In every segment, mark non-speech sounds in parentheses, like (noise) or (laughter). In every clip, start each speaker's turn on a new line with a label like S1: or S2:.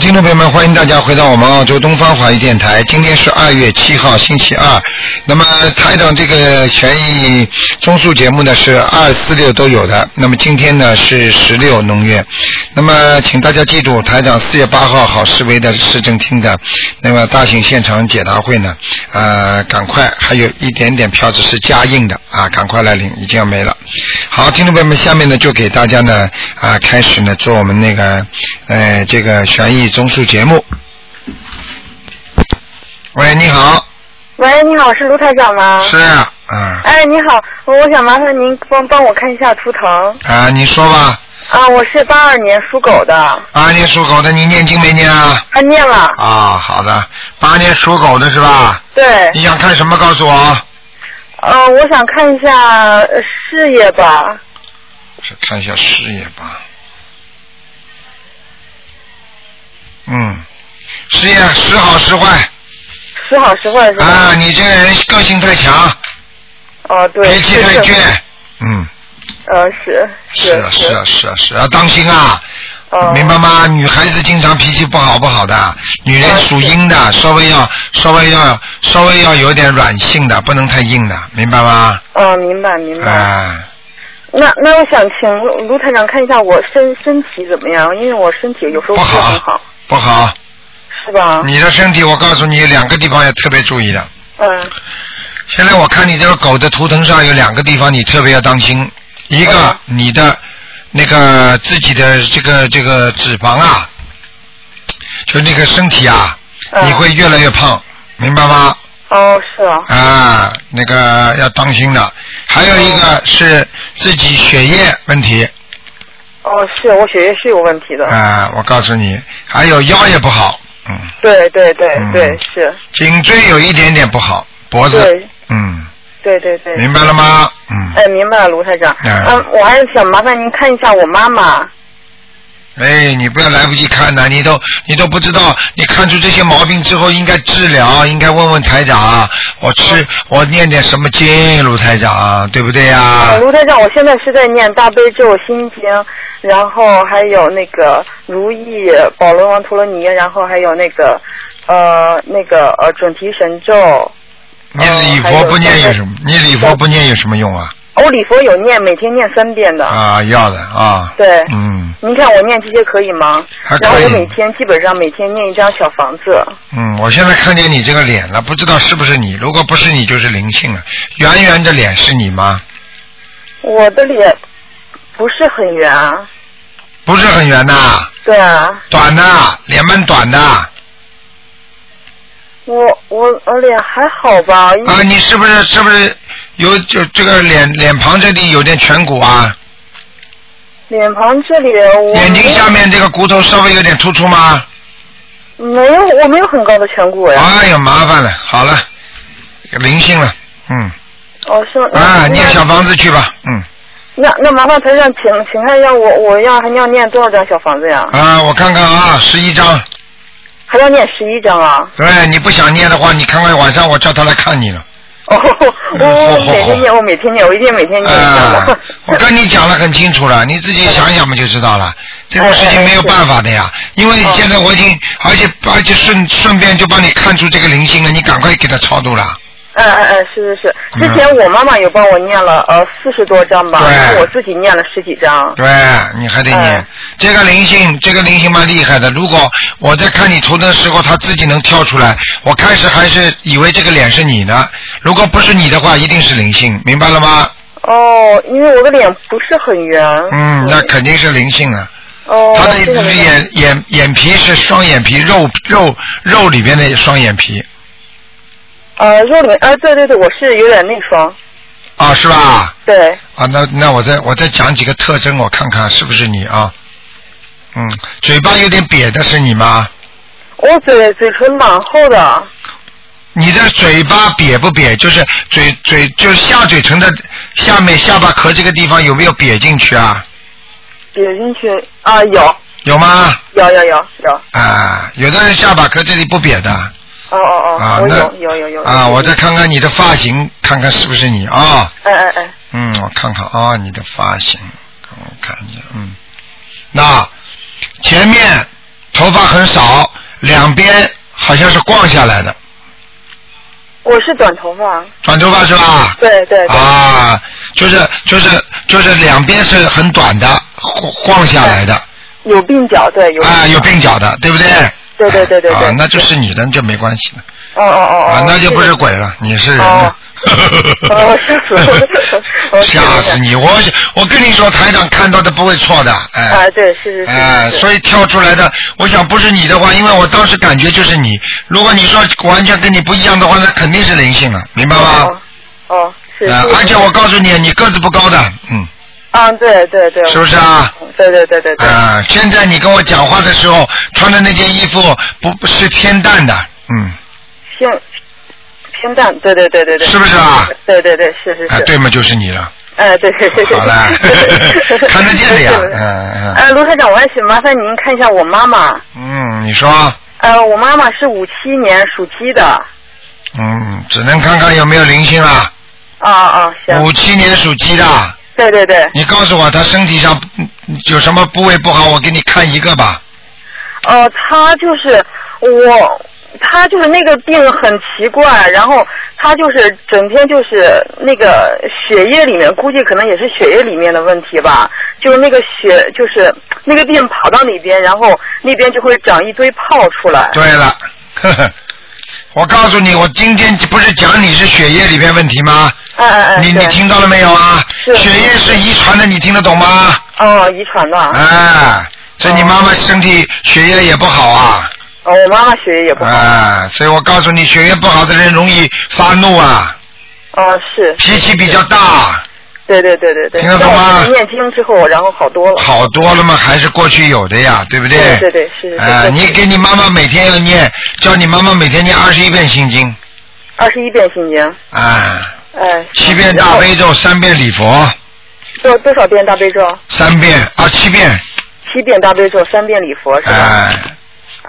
S1: 听众朋友们，欢迎大家回到我们澳洲东方华语电台。今天是二月七号，星期二。那么台长这个悬疑综述节目呢是二四六都有的。那么今天呢是十六农月。那么请大家记住，台长四月八号好思维的市政厅的那么大型现场解答会呢，呃，赶快还有一点点票子是加印的啊，赶快来领，已经要没了。好，听众朋友们，下面呢就给大家呢啊开始呢做我们那个呃这个悬疑综述节目。喂，你好，
S2: 喂，你好，是卢台长吗？
S1: 是啊，啊
S2: 哎，你好，我我想麻烦您帮帮我看一下图腾
S1: 啊，你说吧，
S2: 啊，我是八二年属狗的，啊，
S1: 八年属狗的你念经没念啊？
S2: 念了，
S1: 啊，好的，八年属狗的是吧？
S2: 对，
S1: 你想看什么？告诉我。
S2: 呃，我想看一下呃事业吧，
S1: 再看一下事业吧。嗯，事业时好时坏
S2: 时好时坏是吧？
S1: 啊！你这个人个性太强，
S2: 哦，对，
S1: 脾气太
S2: 是
S1: 倔，，嗯，
S2: 呃，是
S1: 是啊
S2: 是
S1: 是啊，是啊是啊，要当心啊，
S2: 哦，
S1: 明白吗？女孩子经常脾气不好不好的，女人
S2: 嗯
S1: 属阴的，稍微要稍微要稍微要有点软性的，不能太硬的，明白吗？
S2: 哦，明白明白。
S1: 啊，
S2: 那那我想请卢卢台长看一下我身身体怎么样，因为我身体有时候不是很
S1: 不
S2: 好，
S1: 不好，
S2: 是吧？
S1: 你的身体我告诉你，两个地方要特别注意的。
S2: 嗯，
S1: 现在我看你这个狗的图腾上有两个地方你特别要当心，一个
S2: 嗯
S1: 你的那个自己的这个这个脂肪啊，就那个身体啊，
S2: 嗯
S1: 你会越来越胖，明白吗？
S2: 哦，是啊，
S1: 啊，那个要当心的。还有一个是自己血液问题
S2: 哦，是我血液是有问题的。
S1: 啊，我告诉你，还有腰也不好，嗯，
S2: 对对对
S1: 嗯
S2: 对，是，
S1: 颈椎有一点点不好，脖子
S2: 对，
S1: 嗯，
S2: 对对对。
S1: 明白了吗？嗯，
S2: 哎，明白了，卢台长。
S1: 嗯
S2: 嗯，我还是想麻烦您看一下我妈
S1: 啊
S2: 妈。
S1: 哎，你不要来不及看呐、你都你都不知道，你看出这些毛病之后应该治疗，应该问问台长，我
S2: 哦
S1: 吃我念点什么经，卢台长，对不对呀、
S2: 呃卢台长，我现在是在念大悲咒心经，然后还有那个如意宝轮王陀罗尼，然后还有那个呃那个呃准提神咒。
S1: 念礼
S2: 哦
S1: 佛不念有什么？念礼佛不念有什么用啊？
S2: 我哦礼佛有念，每天念三遍的。
S1: 啊，要的啊。
S2: 对
S1: 嗯
S2: 您看我念这些可以吗？
S1: 还
S2: 然后
S1: 可以
S2: 我每天基本上每天念一张小房子。
S1: 嗯，我现在看见你这个脸了，不知道是不是你？如果不是你，就是灵性了。圆圆的脸是你吗？
S2: 我的脸不是很圆啊，
S1: 不是很圆呐，
S2: 对啊，
S1: 短的，脸蛮短的。
S2: 我我我脸还好吧，因为
S1: 啊，你是不是是不是有就这个脸脸庞这里有点颧骨啊？
S2: 脸庞这里我
S1: 眼睛下面这个骨头稍微有点突出吗？
S2: 没有，我没有很高的颧骨呀。
S1: 哎呀，麻烦了，好了，有灵性了，嗯，
S2: 哦，是吗
S1: 啊，
S2: 那
S1: 念小房子去吧，嗯，
S2: 那那麻烦台长，请请看一下我我要还要念多少张小房子呀？
S1: 啊，我看看啊，十一张，
S2: 还要念十一张啊？
S1: 对，你不想念的话，你看看晚上我叫他来看你了。
S2: 哦， (laughs)
S1: 嗯
S2: 我我每天念，我每天念，我一定每天念一张 (laughs)
S1: 啊
S2: 的。，嗯
S1: 我跟你讲了很清楚了，你自己想想嘛就知道了。这种事情没有办法的呀，因为现在我已经，而且而且顺顺便就帮你看出这个灵性了，你赶快给他超度了。
S2: 嗯嗯嗯，是是是，
S1: 嗯
S2: 之前我妈妈有帮我念了呃四十多张吧，
S1: 对
S2: 然后我自己念了十几张。
S1: 对，你还得念
S2: 嗯
S1: 这个灵性，这个灵性蛮厉害的。如果我在看你图的时候，他自己能跳出来，我开始还是以为这个脸是你呢。如果不是你的话，一定是灵性，明白了吗？
S2: 哦，因为我的脸不是很圆。
S1: 嗯，那肯定是灵性了。
S2: 哦，
S1: 他的
S2: 这个没办法
S1: 眼眼眼皮是双眼皮，肉肉肉里边的双眼皮
S2: 呃，肉里面，呃，对对对，我是有点内双，
S1: 啊，是吧？
S2: 对，
S1: 啊，那那我再我再讲几个特征，我看看是不是你啊？嗯，嘴巴有点瘪的是你吗？
S2: 我嘴嘴唇蛮厚的，
S1: 你的嘴巴瘪不瘪？就是嘴嘴就是下嘴唇的下面下巴壳这个地方有没有瘪进去啊？
S2: 瘪进去啊，有
S1: 有吗？
S2: 有有有有，哦
S1: 啊，有的人下巴壳这里不瘪的
S2: 哦
S1: 啊
S2: 哦，我，
S1: 那
S2: 有有有有
S1: 啊，我再
S2: 这，
S1: 看看你的发型，看看是不是你啊？
S2: 哎哎哎，
S1: 嗯，我看看啊、你的发型，我看一下，嗯，那前面头发很少，两边好像是逛下来的，
S2: 我是短头发，
S1: 短头发是吧？
S2: 对对对，
S1: 啊，就是就是就是两边是很短的，晃晃下来的，
S2: 有鬓角，对，有
S1: 啊，
S2: 鬓角
S1: 有鬓角的，对不对？
S2: 对对对对对
S1: 啊，那就是你的，这没关系的
S2: 哦哦哦哦
S1: 啊，，那就不是
S2: 这个
S1: 鬼了，你是人了。
S2: 哦
S1: (laughs)
S2: 我是
S1: 吓死你！我我跟你说，台长看到的不会错的，哎。
S2: 啊，对，是是是，
S1: 哎、
S2: 是
S1: 所以跳出来的，我想不是你的话，因为我当时感觉就是你。如果你说完全跟你不一样的话，那肯定是灵性了，明白吗？
S2: 哦哦，是，
S1: 呃
S2: 是
S1: 而且我告诉你，你个子不高的，嗯，
S2: 啊，对对对，
S1: 是不是啊？
S2: 对对对对对，
S1: 啊，现在你跟我讲话的时候穿的那件衣服不不是偏淡的，嗯，
S2: 性平淡，对对对对对，
S1: 是不是啊？
S2: 对对对，是是
S1: 啊
S2: 是，，
S1: 对嘛，就是你了。
S2: 哎，对 (laughs) 对对，
S1: 好了 (laughs) 看得见的
S2: (laughs)
S1: 呀
S2: 是是
S1: 嗯嗯
S2: 呃，卢台长，我还请麻烦您看一下我妈妈，
S1: 嗯，你说，
S2: 呃，我妈妈是五七年属鸡的，
S1: 嗯，只能看看有没有灵性了。
S2: 啊啊，行，
S1: 五七年属鸡的，
S2: 对对对，
S1: 你告诉我他身体上嗯有什么部位不好，我给你看一个吧。
S2: 呃，他就是我，他就是那个病很奇怪，然后他就是整天就是那个血液里面，估计可能也是血液里面的问题吧，就是那个血就是那个病跑到里边，然后那边就会长一堆泡出来。
S1: 对了， (laughs) 呵呵，我告诉你，我今天不是讲你是血液里边问题吗？
S2: 哎哎哎，
S1: 你你
S2: 对，
S1: 听到了没有啊？
S2: 是
S1: 血液是遗传的，你听得懂吗？
S2: 哦，遗传的，
S1: 哎、所以你妈妈身体血液也不好啊，
S2: 哦，我妈妈血液也不
S1: 哎、
S2: 好，
S1: 所以我告诉你，血液不好的人容易发怒啊，
S2: 哦，是，
S1: 脾气比较大，
S2: 对对对对对，
S1: 听得懂吗
S2: 但我念经之后，然后好多了，
S1: 好多了嘛，还是过去有的呀，对不对？
S2: 对对是是
S1: 哎、
S2: 是
S1: 你给你妈妈每天要念，叫你妈妈每天念二十一遍心经，
S2: 二十一遍心经，
S1: 啊、
S2: 哎，
S1: 七遍大悲咒，三遍礼佛，
S2: 多多少遍大悲咒？
S1: 三遍啊，七遍，
S2: 七遍大悲咒，三遍礼佛，是吧？
S1: 哎、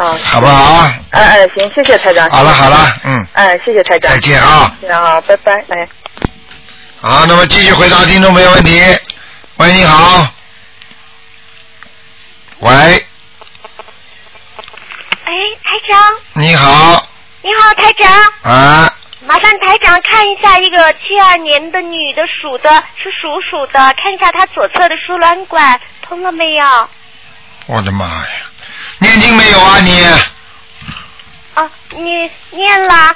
S2: 啊，
S1: 好不好啊？
S2: 哎哎，行，谢谢台长。
S1: 好了好了，嗯，
S2: 哎，谢谢台长
S1: 再。见啊！
S2: 见啊，拜拜，哎。
S1: 好，那么继续回答听众朋友问题。喂，你好。喂，
S3: 哎，台长，
S1: 你好
S3: 你好，台长，
S1: 啊，
S3: 麻烦台长看一下一个七二年的女的属的，是属鼠的，看一下她左侧的输卵管通了没有？
S1: 我的妈呀！念经没有啊你？
S3: 哦，你念了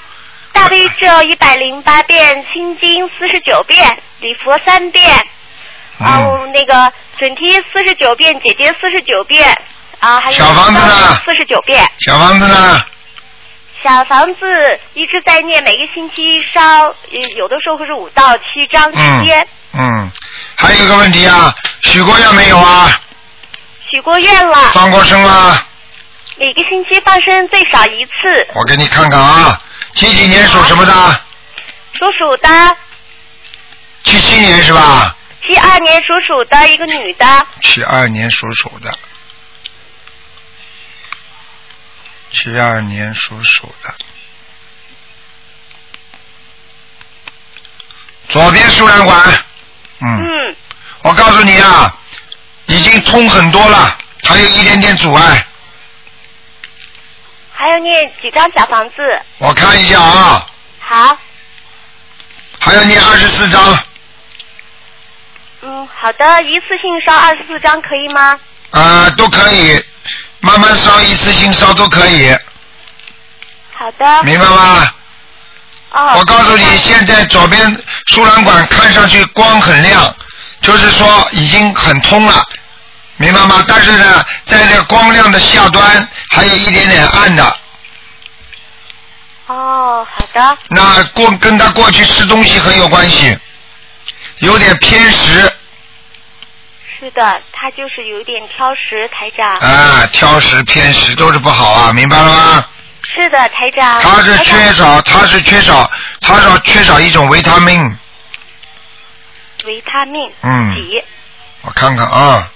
S3: 大悲咒一百零八遍，心经四十九遍，礼佛三遍，啊、
S1: 嗯，
S3: 那个准提四十九遍，姐姐四十九遍，啊，还有
S1: 小房子呢
S3: 四十九遍。
S1: 小房子呢？
S3: 小房子一直在念，每个星期烧，呃有的时候会是五到七张之间。
S1: 嗯，还有一个问题啊，许过愿没有啊？
S3: 许过愿了，
S1: 放过生吗？
S3: 每个星期放生最少一次。
S1: 我给你看看啊，几几年属什么的？
S3: 属鼠的，
S1: 七七年是吧？
S3: 七二年属鼠的一个女的，
S1: 七二年属鼠的，七二年属鼠的，左边输卵管，嗯，
S3: 嗯，
S1: 我告诉你啊，已经通很多了，还有一点点阻碍，
S3: 还要念几张小房子？
S1: 我看一下啊，
S3: 好，
S1: 还要念二十四章，
S3: 嗯，好的，一次性烧二十四张可以吗？
S1: 啊，都可以，慢慢烧，一次性烧都可以，
S3: 好的，
S1: 明白吗？
S3: 哦，
S1: 我告诉你，现在左边输卵管看上去光很亮，就是说已经很通了，明白吗？但是呢，在这个光亮的下端还有一点点暗的，
S3: 哦，好的，
S1: 那过跟他过去吃东西很有关系，有点偏食
S3: 是的，她就是有一点挑食，台长。
S1: 啊，挑食偏食都是不好啊，明白了吗？
S3: 是的，台长。
S1: 他是
S3: 台长
S1: 缺少，他是缺少，他少缺少一种维他命，
S3: 维他命
S1: 嗯
S3: 几？
S1: 我看看啊，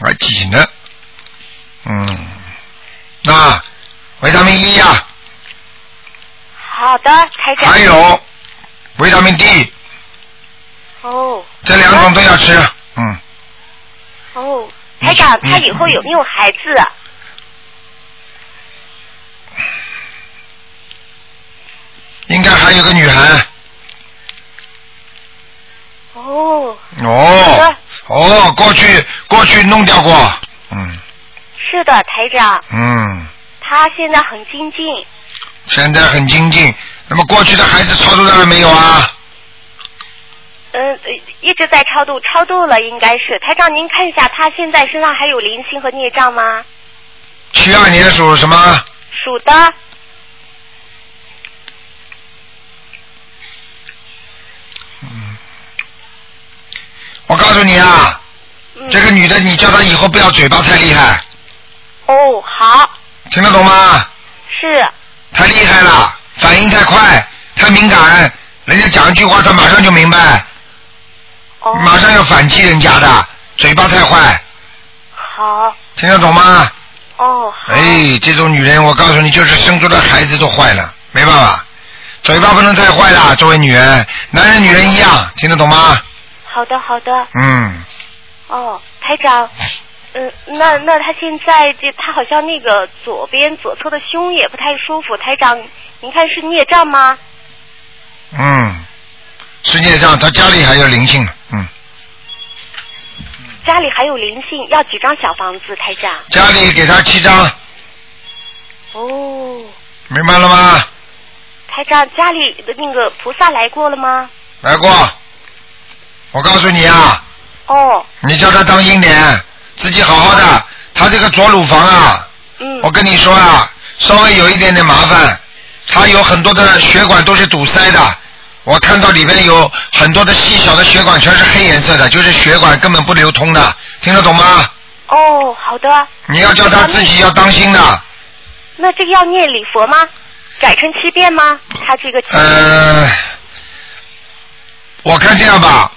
S1: 还几呢？嗯，那维他命 E 呀、
S3: 好的，台长。
S1: 还有维他命 D，
S3: 哦
S1: 这两种都要吃。嗯，
S3: 哦，台长，
S1: 嗯
S3: 他以后有没有孩子？啊
S1: 应该还有个女孩。
S3: 哦，
S1: 哦哦，过去过去弄掉过，嗯
S3: 是的，台长，
S1: 嗯，
S3: 他现在很精进，
S1: 现在很精进。那么过去的孩子操作到了没有啊？
S3: 嗯，呃一直在超度，超度了应该是。台长，您看一下他现在身上还有灵性和孽障吗？
S1: 七二年属什么？
S3: 属的，
S1: 我告诉你啊，
S3: 嗯，
S1: 这个女的，你叫她以后不要嘴巴太厉害，
S3: 哦，好，
S1: 听得懂吗？
S3: 是，
S1: 太厉害了，反应太快，太敏感，人家讲一句话，她马上就明白，
S3: 哦，
S1: 马上要反击人家的，嘴巴太坏，
S3: 好，
S1: 听得懂吗？
S3: 哦，好，
S1: 哎，这种女人，我告诉你，就是生出来孩子都坏了，没办法，嘴巴不能太坏了。作为女人，男人女人一样，听得懂吗？
S3: 好的，好的，
S1: 嗯，
S3: 哦，台长，嗯，那那他现在这他好像那个左边左侧的胸也不太舒服，台长，您看是孽障吗？
S1: 嗯，世界上他家里还有灵性呢，嗯，
S3: 家里还有灵性，要几张小房子，台长？
S1: 家里给他七张，
S3: 哦，
S1: 明白了吗？
S3: 台长，家里的那个菩萨来过了吗？
S1: 来过，我告诉你啊，
S3: 哦，
S1: 你叫他当心点，自己好好的。他这个左乳房啊，
S3: 嗯，
S1: 我跟你说啊，稍微有一点点麻烦，它有很多的血管都是堵塞的。我看到里面有很多的细小的血管，全是黑颜色的，就是血管根本不流通的，听得懂吗？
S3: 哦，好的，
S1: 你要叫他自己要当心的。
S3: 那这个要念礼佛吗？改成七遍吗？他这个七遍
S1: 呃，我看这样吧，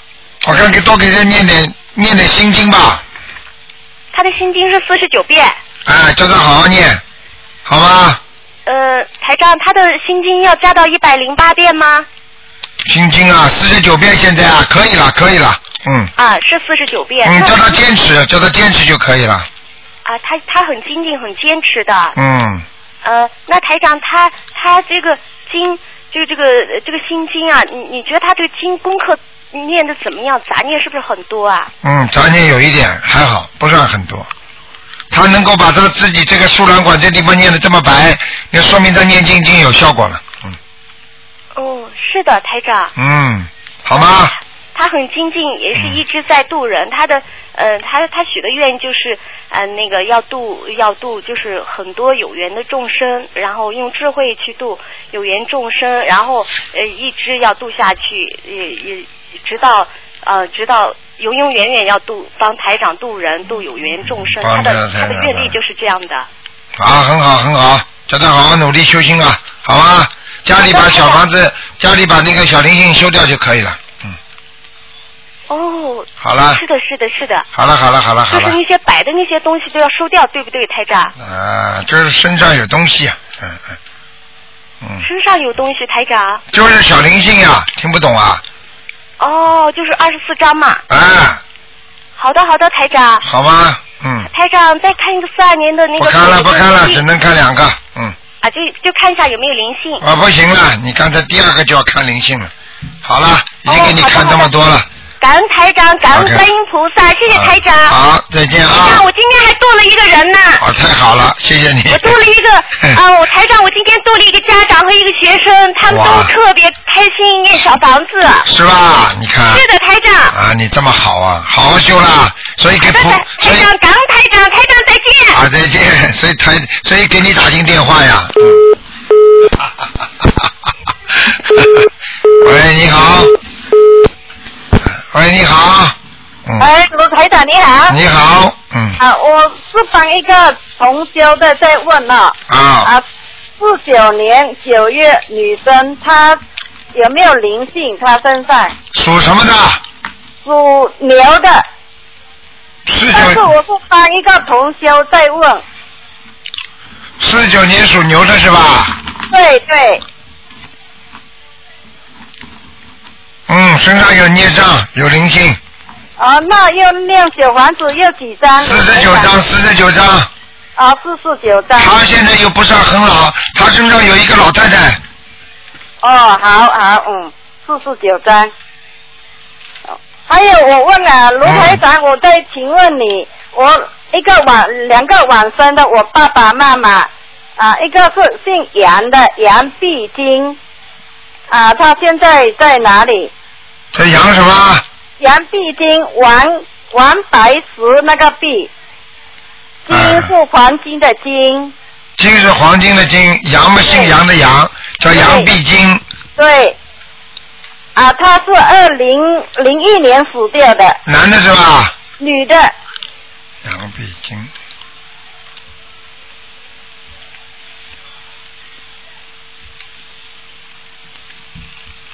S1: 我看给多给他念点念点心经吧，
S3: 他的心经是四十九遍。
S1: 哎，叫他好好念，好吗？
S3: 呃，台长，他的心经要加到一百零八遍吗？
S1: 心经啊，四十九遍现在啊，可以了，可以了，嗯，
S3: 啊，是四十九遍。
S1: 嗯，
S3: 那
S1: 叫他坚持，叫他坚持就可以了。
S3: 啊，他他很精进，很坚持的。
S1: 嗯，
S3: 呃，那台长他他这个经，这个这个呃这个心经啊，你你觉得他对经功课念的怎么样？杂念是不是很多啊？
S1: 嗯，杂念有一点还好，不算很多。他能够把他自己这个输卵管这地方念的这么白，那说明他念经已经有效果了。嗯
S3: 哦，是的，台长。
S1: 嗯，好吗？嗯
S3: 他很精进，也是一直在度人。他的，呃，他他许的愿就是，呃，那个要度要度，就是很多有缘的众生，然后用智慧去度有缘众生，然后呃一直要度下去，也也直到呃直到永永远远要度帮台长度人度有缘众生。
S1: 帮着
S3: 他的
S1: 台
S3: 他
S1: 长
S3: 的愿力就是这样的。
S1: 啊，很好很好，叫他好好努力修心啊，好吗？家里把小房子，家里把那个小灵性修掉就可以了。嗯，
S3: 哦，
S1: 好了，
S3: 是的，是的，是的，
S1: 好了，好了，好了，啊好
S3: 就是
S1: 了
S3: 那。些摆的那些东西都要收掉，对不对，台长？
S1: 啊，就是身上有东西啊，嗯嗯嗯，
S3: 身上有东西，台长。
S1: 就是小灵性呀、听不懂啊？
S3: 哦，就是二十四章嘛。
S1: 啊，
S3: 好的，好的，台长。
S1: 好吗？嗯。
S3: 台长，再看一个四二年的那
S1: 不
S3: 个。
S1: 看了，不看了，只
S3: 的。
S1: 能看两个。嗯，
S3: 啊，就就看一下有没有灵性。
S1: 啊，不行了，你刚才第二个就要看灵性了。好了，已经给你
S3: 哦好的
S1: 看这么多了。
S3: 感恩台长，感恩
S1: OK
S3: 观音菩萨，哦谢谢台长。
S1: 啊好，再见
S3: 台
S1: 啊
S3: 长，！我今天还度了一个人呢。
S1: 啊，太好了，谢谢你。
S3: 我度了一
S1: (laughs)
S3: 个，啊，我台长，我今天度了一个家长和一个学生，他们
S1: 哇
S3: 都特别开心，念小房子。
S1: 是吧？你看
S3: 是的，台长。
S1: 啊，你这么好啊，好好修啦。所哎以给
S3: 好的，
S1: 菩，所
S3: 台台
S1: 以
S3: 长，感恩台长，台长再见。
S1: 啊，再见。所以台，所以给你打进电话呀。 (laughs) 喂，你好。喂，你好。嗯，
S4: 哎，卢台长你好。
S1: 你好，嗯，
S4: 啊，我是帮一个同修的在问啊，
S1: 啊，
S4: 啊，四九年九月女生，她有没有灵性？她身上
S1: 属什么的？
S4: 属牛的，
S1: 四
S4: 但啊是
S1: 九
S4: 我是帮一个同修在问，
S1: 四九年属牛的是吧？
S4: 对对，
S1: 嗯，身上有孽障，有灵性，
S4: 啊
S3: 哦，那又念小房子又几张？
S1: 四十九张，四十九张。
S4: 啊
S3: 哦，四十九张。
S1: 他现在又不算很老，他身上有一个老太太，
S3: 哦，好好，嗯，四十九张。哦还有，我问了卢台长，我再请问你，我一个晚两个晚生的，我爸爸妈妈啊，一个是姓杨的杨碧金啊，他现在在哪里？
S1: 这杨什么？
S3: 杨碧金，王王白石那个碧，金是黄金的金，
S1: 金是黄金的金，杨嘛姓杨的杨，叫杨碧金。
S3: 对。啊，他是二零零一年死掉的，
S1: 男的是吧？
S3: 女的。
S1: 杨碧金。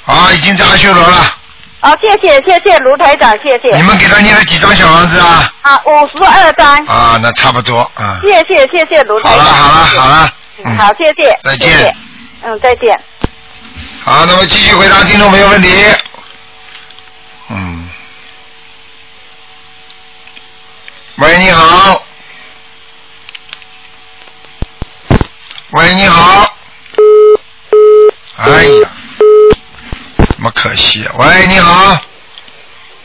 S1: 啊，已经在阿修罗了。
S3: 哦，谢谢谢谢卢台长，谢谢。
S1: 你们给他念了几张小房子啊？
S3: 啊，五十二张，
S1: 啊，那差不多啊。
S3: 谢谢谢谢卢台
S1: 好了
S3: 长。
S1: 好了
S3: 谢谢
S1: 好了，
S3: 嗯
S1: 嗯，
S3: 好，谢谢。
S1: 再见
S3: 谢谢嗯，再见。
S1: 好，那么继续回答听众朋友问题。嗯。喂，你好。喂，你好。哎呀，怎么可惜啊？喂，你好。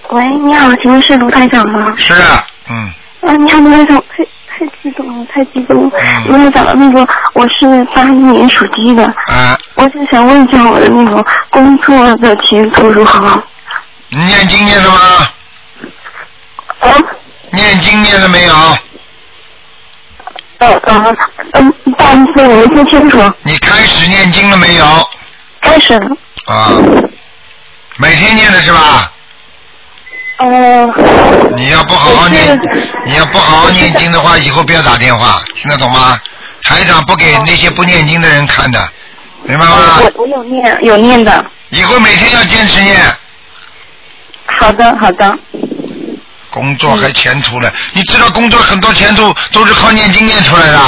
S5: 喂，你好，请问是卢台长吗？
S1: 是啊，嗯，
S5: 啊，你好，卢台长，太太激动了，太激动了
S1: 嗯。
S5: 卢台长，那个我是八一年属鸡的，
S1: 啊，
S5: 我是想问一下我的那个工作的前途如何？
S1: 你念经念了吗？
S5: 嗯
S1: 念经念了没有？
S5: 呃呃嗯，不好意思，我没听清楚，
S1: 你开始念经了没有？
S5: 开始了。
S1: 啊，每天念的是吧？
S5: 哦、
S1: 你要不好好念
S5: 我是，
S1: 你要不好好念经的话，以后不要打电话，听得懂吗？台长不给那些不念经的人看的，明白吗？
S5: 哎我我有念有念的。
S1: 以后每天要坚持念，
S5: 好的好的，
S1: 工作还前途了。你知道工作很多前途都是靠念经念出来的，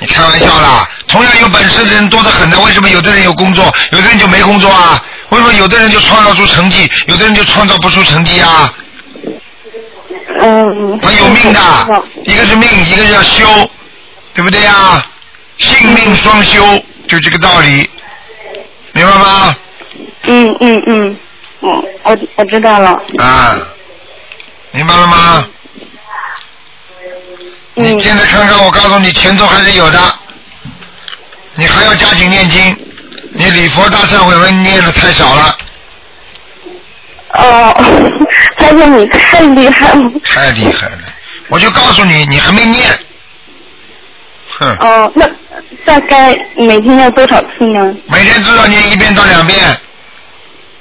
S1: 你开玩笑啦？同样有本事的人多得很呢，为什么有的人有工作，有的人就没工作啊？为什么有的人就创造出成绩，有的人就创造不出成绩啊？
S5: 嗯。
S1: 他有命的，一个是命，一个是要修，对不对呀？性命双修，就这个道理，明白吗？
S5: 嗯嗯嗯，我我我知道了。
S1: 啊，明白了吗？
S5: 嗯
S1: 你现在看看，我告诉你，前途还是有的。你还要加紧念经，你礼佛大忏悔文念的太少了，
S5: 哦， (laughs) 台长你太厉害了。
S1: 太厉害了。我就告诉你，你还没念。哼，
S5: 哦，那大概每天要多少次呢？
S1: 每天至少念一遍到两遍。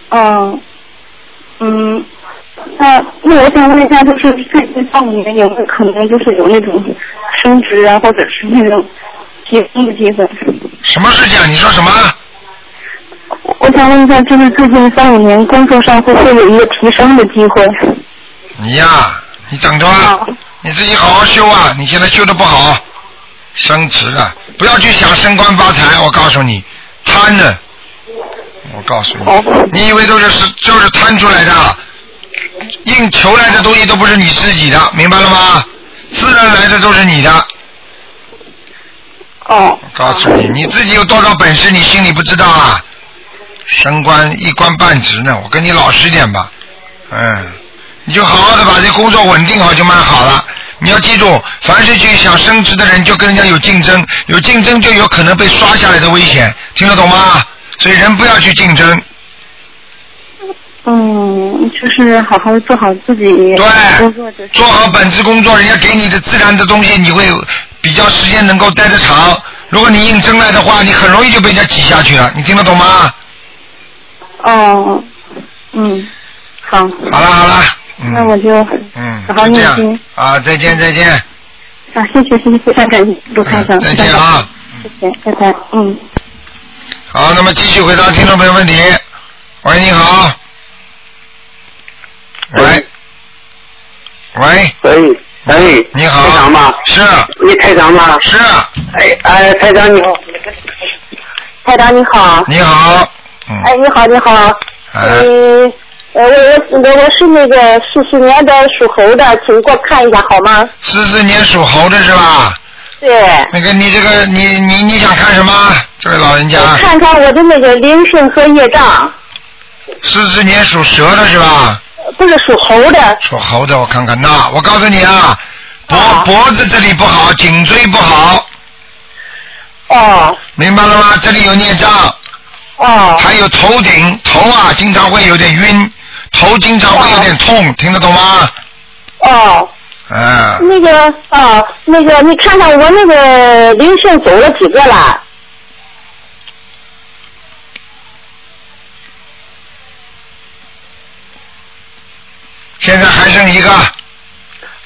S5: 哦，嗯，那那我想问一下，就是在这方面有没有可能就是有那种升职啊，或者是那种结婚的机会？
S1: 什么事情啊？你说什么？
S5: 我我想问一下，就是最近三五年工作上会不会有一个提升的机会？
S1: 你呀、你等着啊
S5: 好，
S1: 你自己好好修啊！你现在修的不好，升职了，不要去想升官发财，我告诉你，贪呢，我告诉
S5: 哦
S1: 你，你以为都是是就是贪出来的，硬求来的东西都不是你自己的，明白了吗？自然来的都是你的，
S5: 哦，
S1: 我告诉你，你自己有多少本事，你心里不知道啊？升官一官半职呢，我跟你老实一点吧，嗯，你就好好的把这工作稳定好就蛮好了。你要记住，凡是去想升职的人，就跟人家有竞争，有竞争就有可能被刷下来的危险，听得懂吗？所以人不要去竞争，
S5: 嗯，就是好好做好自己工作就
S1: 对，
S5: 是
S1: 做。好本职工作，人家给你的自然的东西，你会比较时间能够待得长。如果你硬争来的话，你很容易就被人家挤下去了，你听得懂吗？
S5: 哦，嗯，好，
S1: 好了好了，嗯，
S5: 那我就啊
S1: 嗯，
S5: 好好
S1: 就这
S5: 念
S1: 样
S5: 经
S1: 啊，再见再见，
S5: 啊，谢谢谢谢，非常感谢卢台长，
S1: 嗯再见啊！
S5: 谢谢，拜拜，嗯。
S1: 好，那么继续回答听众朋友问题。喂，你好。喂，喂，
S6: 喂，喂，
S1: 你好。
S6: 台长吗？
S1: 是
S6: 你台长吗？
S1: 是，
S6: 哎哎，台长你好。
S3: 台长你好，
S1: 你好。嗯。
S5: 哎
S1: 啊
S3: 哎，你好，你好，
S1: 哎
S3: 嗯，
S5: 呃我我我我我是那个四四年的属猴的，请给我看一下好吗？
S1: 四四年属猴的是吧？
S5: 对，
S1: 那个你这个你你你想看什么？这位老人家，
S5: 看看我的那个灵性和业障，
S1: 四四年属蛇的是吧？
S5: 不是属猴的，
S1: 属猴的，我看看那，我告诉你啊，脖
S5: 啊
S1: 脖子这里不好，颈椎不好，
S5: 哦
S1: 明白了吗？这里有孽障，
S5: 哦
S1: 还有头顶头啊，经常会有点晕，头经常会有点痛，听得懂吗？
S5: 哦，
S1: 嗯，
S5: 那个哦那个你看看我那个灵性走了几个了？
S1: 现在还剩一个，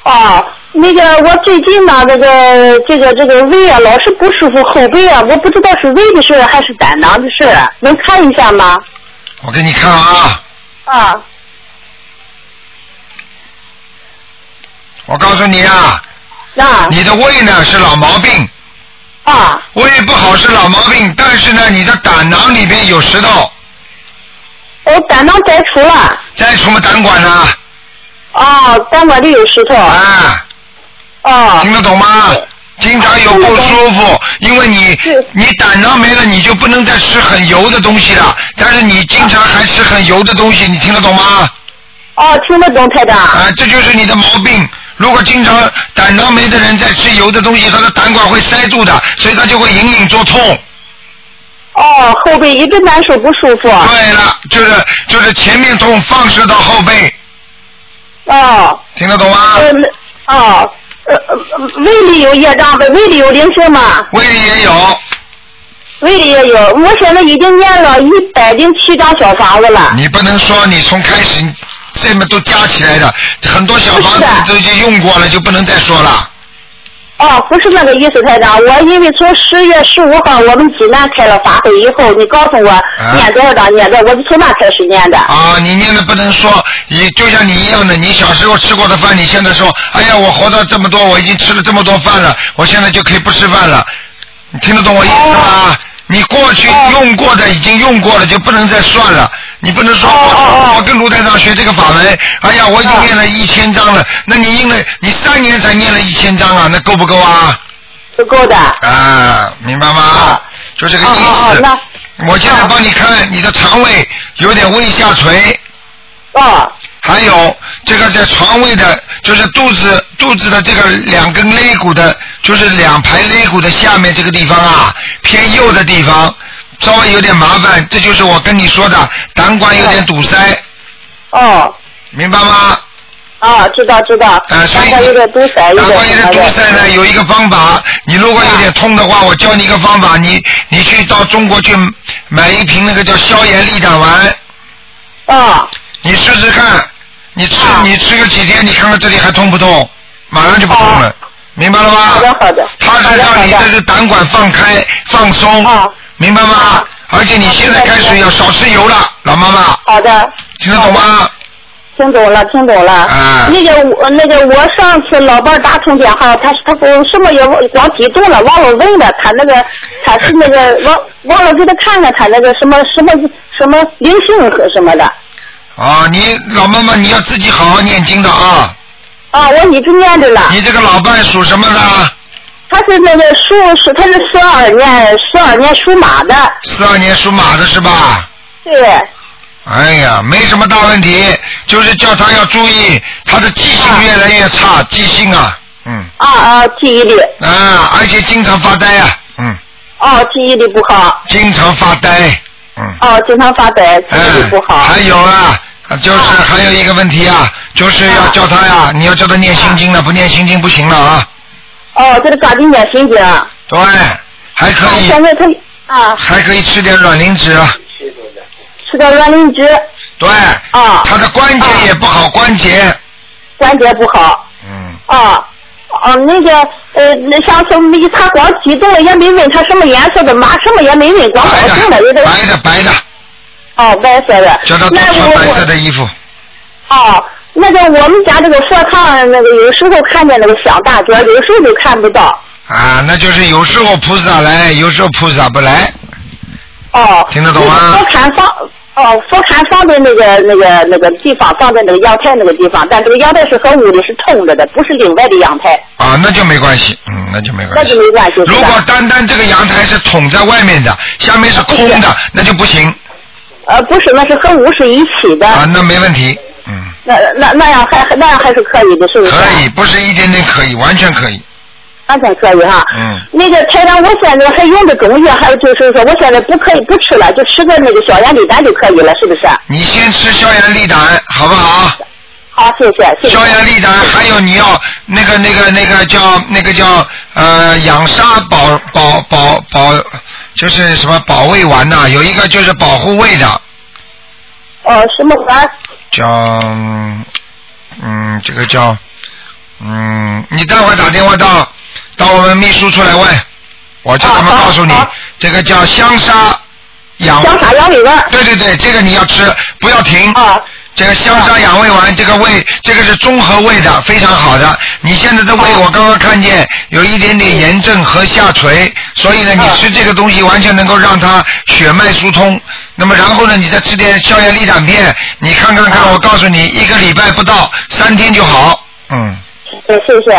S5: 哦，
S1: 啊
S5: 那个我最近吧，这个这个这个胃啊老是不舒服，后背啊，我不知道是胃的事儿还是胆囊的事儿，啊能看一下吗？
S1: 我给你看啊，
S5: 啊，
S1: 我告诉你啊，
S5: 那
S1: 你的胃呢是老毛病，
S5: 啊
S1: 胃不好是老毛病，但是呢，你的胆囊里边有石头，
S5: 我哦胆囊摘除了，
S1: 摘除胆管呢，
S5: 哦，胆管里有石头，
S1: 啊，
S5: 哦
S1: 听得懂吗？经常有不舒服，因为你
S5: 是
S1: 你胆囊没了，你就不能再吃很油的东西了。但是你经常还吃很油的东西，你听得懂吗？
S5: 哦，听得懂台长？
S1: 啊，这就是你的毛病。如果经常胆囊没的人在吃油的东西，他的胆管会塞住的，所以他就会隐隐作痛。
S5: 哦，后背一直难受不舒服，啊
S1: 对了，就是就是前面痛放射到后背，
S5: 哦，
S1: 听得懂吗？
S5: 呃，那哦，呃，呃胃里有业障呗，胃里有灵性吗？
S1: 胃里也有，
S5: 胃里也有，我现在已经念了一百零七张小房子了。
S1: 你不能说你从开始这么都加起来的，很多小房子
S5: 是的
S1: 都已经用过了，就不能再说了。
S5: 哦，不是那个意思，台长。我因为从十月十五号我们济南开了法会以后，你告诉我念多少章，念多少，我就从那开始念的。
S1: 啊，你念的不能说，你就像你一样的，你小时候吃过的饭，你现在说，哎呀，我活到这么多，我已经吃了这么多饭了，我现在就可以不吃饭了，你听得懂我意思
S5: 哦
S1: 吗？你过去用过的已经用过了，就不能再算了。你不能说，
S5: 哦
S1: 我我跟卢台长学这个法门，哎呀，我已经念了一千章了，那你因为你三年才念了一千章啊，那够不够啊？
S5: 不够的。
S1: 啊，明白吗
S5: 啊？
S1: 就这个
S5: 哦
S1: 意
S5: 哦哦，
S1: 思。
S5: 那
S1: 我现在帮你看你的肠胃有点胃下垂。
S5: 哦
S1: 还有这个在床位的，就是肚子肚子的这个两根肋骨的，就是两排肋骨的下面这个地方啊，偏右的地方，稍微有点麻烦，这就是我跟你说的胆管有点堵塞，
S5: 哦
S1: 明白吗？
S5: 哦，知道知道。
S1: 啊，所以
S5: 大概有点堵塞，有
S1: 胆
S5: 点
S1: 管有
S5: 什
S1: 点
S5: 么
S1: 堵
S5: 的。
S1: 塞呢，有一个方法，你如果有
S5: 啊
S1: 点痛的话，我教你一个方法，你你去到中国去买一瓶那个叫消炎利胆丸，
S5: 哦
S1: 你试试看，你吃、
S5: 啊
S1: 你吃个几天，你看看这里还痛不痛？马上就不痛了，
S5: 哦
S1: 明白了吗？
S5: 好的好的
S1: 它啊是
S5: 好的
S1: 让
S5: 好
S1: 你
S5: 的
S1: 这是胆管放开放松，
S5: 哦，
S1: 明白吗？
S5: 啊
S1: 而且你现在开始要少吃油了，老妈妈，
S5: 好的。
S1: 听得懂吗？
S5: 听懂了，听懂了。
S1: 啊
S5: 那个我那个我上次老伴儿打通电话，他他不什么也忘光激动了，忘了问了。他那个他是那个忘忘了给他看看他那个什么什么什么灵性和什么的。
S1: 啊，你老妈妈你要自己好好念经的啊！
S5: 啊，我一直念着呢。
S1: 你这个老伴属什么的？
S5: 他是那个属是他是十二年十二年属马的，
S1: 四二年属马的是吧？
S5: 对，啊
S1: 哎呀，没什么大问题，就是叫他要注意，他的记性越来越差，记性啊，嗯。
S5: 啊啊，记忆力，
S1: 啊，而且经常发呆啊，嗯，
S5: 哦，记忆力不好，
S1: 经常发呆，嗯，
S5: 哦，经常发呆，记忆力
S1: 嗯
S5: 不好。
S1: 还有啊，就是
S5: 啊
S1: 还有一个问题啊，就是要
S5: 啊
S1: 叫他呀，你要叫他念心经了，不念心经不行了啊，
S5: 哦，这个抓紧点心经。啊，
S1: 对，还可以，
S5: 现在他啊，
S1: 还可以吃点软磷脂，啊
S5: 吃点软磷脂。
S1: 对，
S5: 啊
S1: 他的关节也不好，关节，
S5: 关节不好
S1: 嗯，
S5: 啊。哦，那个，呃，那上次一他光激动了，也没问他什么颜色的马，什么也没问，光
S1: 白
S5: 高兴了，有
S1: 的
S5: 点
S1: 白的白的，
S5: 哦，白色的。
S1: 叫他多
S5: 那
S1: 穿
S5: 我
S1: 白色
S5: 我
S1: 的衣服，
S5: 哦，那个我们家这个佛堂那个有时候看见那个响大角，有时候就看不到。
S1: 啊，那就是有时候菩萨来，有时候菩萨不来，
S5: 哦，
S1: 听得懂吗
S5: 那个佛龛放哦，佛龛放在那个那个那个地方，放在那个阳台那个地方，但这个阳台是和屋里是通着的，不是另外的阳台，
S1: 啊，那就没关系，嗯，那就没
S5: 那
S1: 关系
S5: 就。没关系。
S1: 如
S5: 是吧
S1: 果单单这个阳台是捅在外面的，下面是空的，那就不行
S5: 呃不是，那是和屋是一起的，
S1: 啊，那没问题，嗯，
S5: 那那那样还那样还是可以的，是不是？啊
S1: 可以，不是一点点可以，完全可以，
S5: 完全可以哈。
S1: 嗯
S5: 那个台长，我现在还用的中药，还有就是说，我现在不可以不吃了，就吃个那个消炎利丹就可以了，是不是？
S1: 你先吃消炎利胆，好不好？
S5: 好，谢谢，谢谢。
S1: 消炎利胆，还有你要那个那个那个叫那个叫呃养沙保保保保，就是什么保卫丸呐、有一个就是保护胃的，
S5: 哦，什么丸？
S1: 叫嗯嗯这个叫嗯，你待会儿打电话到到我们秘书处来问，我叫他们
S5: 啊好
S1: 告诉你
S5: 好，
S1: 这个叫香砂养
S5: 香砂羊尾丸。
S1: 对对对，这个你要吃，不要停。
S5: 啊，
S1: 这个香砂养胃丸，这个胃，这个是综合胃的，非常好的。你现在的胃，
S5: 哦
S1: 我刚刚看见有一点点炎症和下垂，所以呢，
S5: 哦
S1: 你吃这个东西完全能够让它血脉疏通。那么然后呢，你再吃点消炎利胆片，你看看
S5: 哦
S1: 看，我告诉你，一个礼拜不到三天就好。嗯。
S5: 对，谢谢，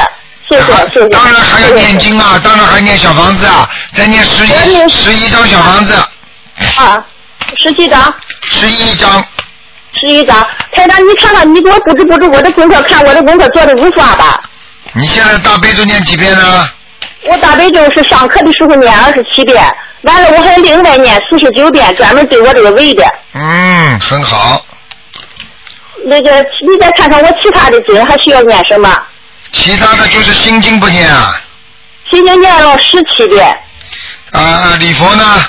S5: 谢谢，谢谢。
S1: 啊当然还要念经啊，当然还念小房子啊，再念十
S5: 我
S1: 一
S5: 念
S1: 十一张小房子，
S5: 啊，十七张，
S1: 十一张。
S5: 十一张。台长，你看看，你给我布置布置我的功课，看我的功课做的如法吧。
S1: 你现在大悲咒念几遍呢？
S5: 我大悲咒是上课的时候念二十七遍，完了我还另外念四十九遍，专门对我这个胃的。
S1: 嗯，很好。
S5: 那个，你再看看我其他的经还需要念什么？
S1: 其他的就是心经不念啊，
S5: 心经念了十七遍，
S1: 啊，礼佛呢？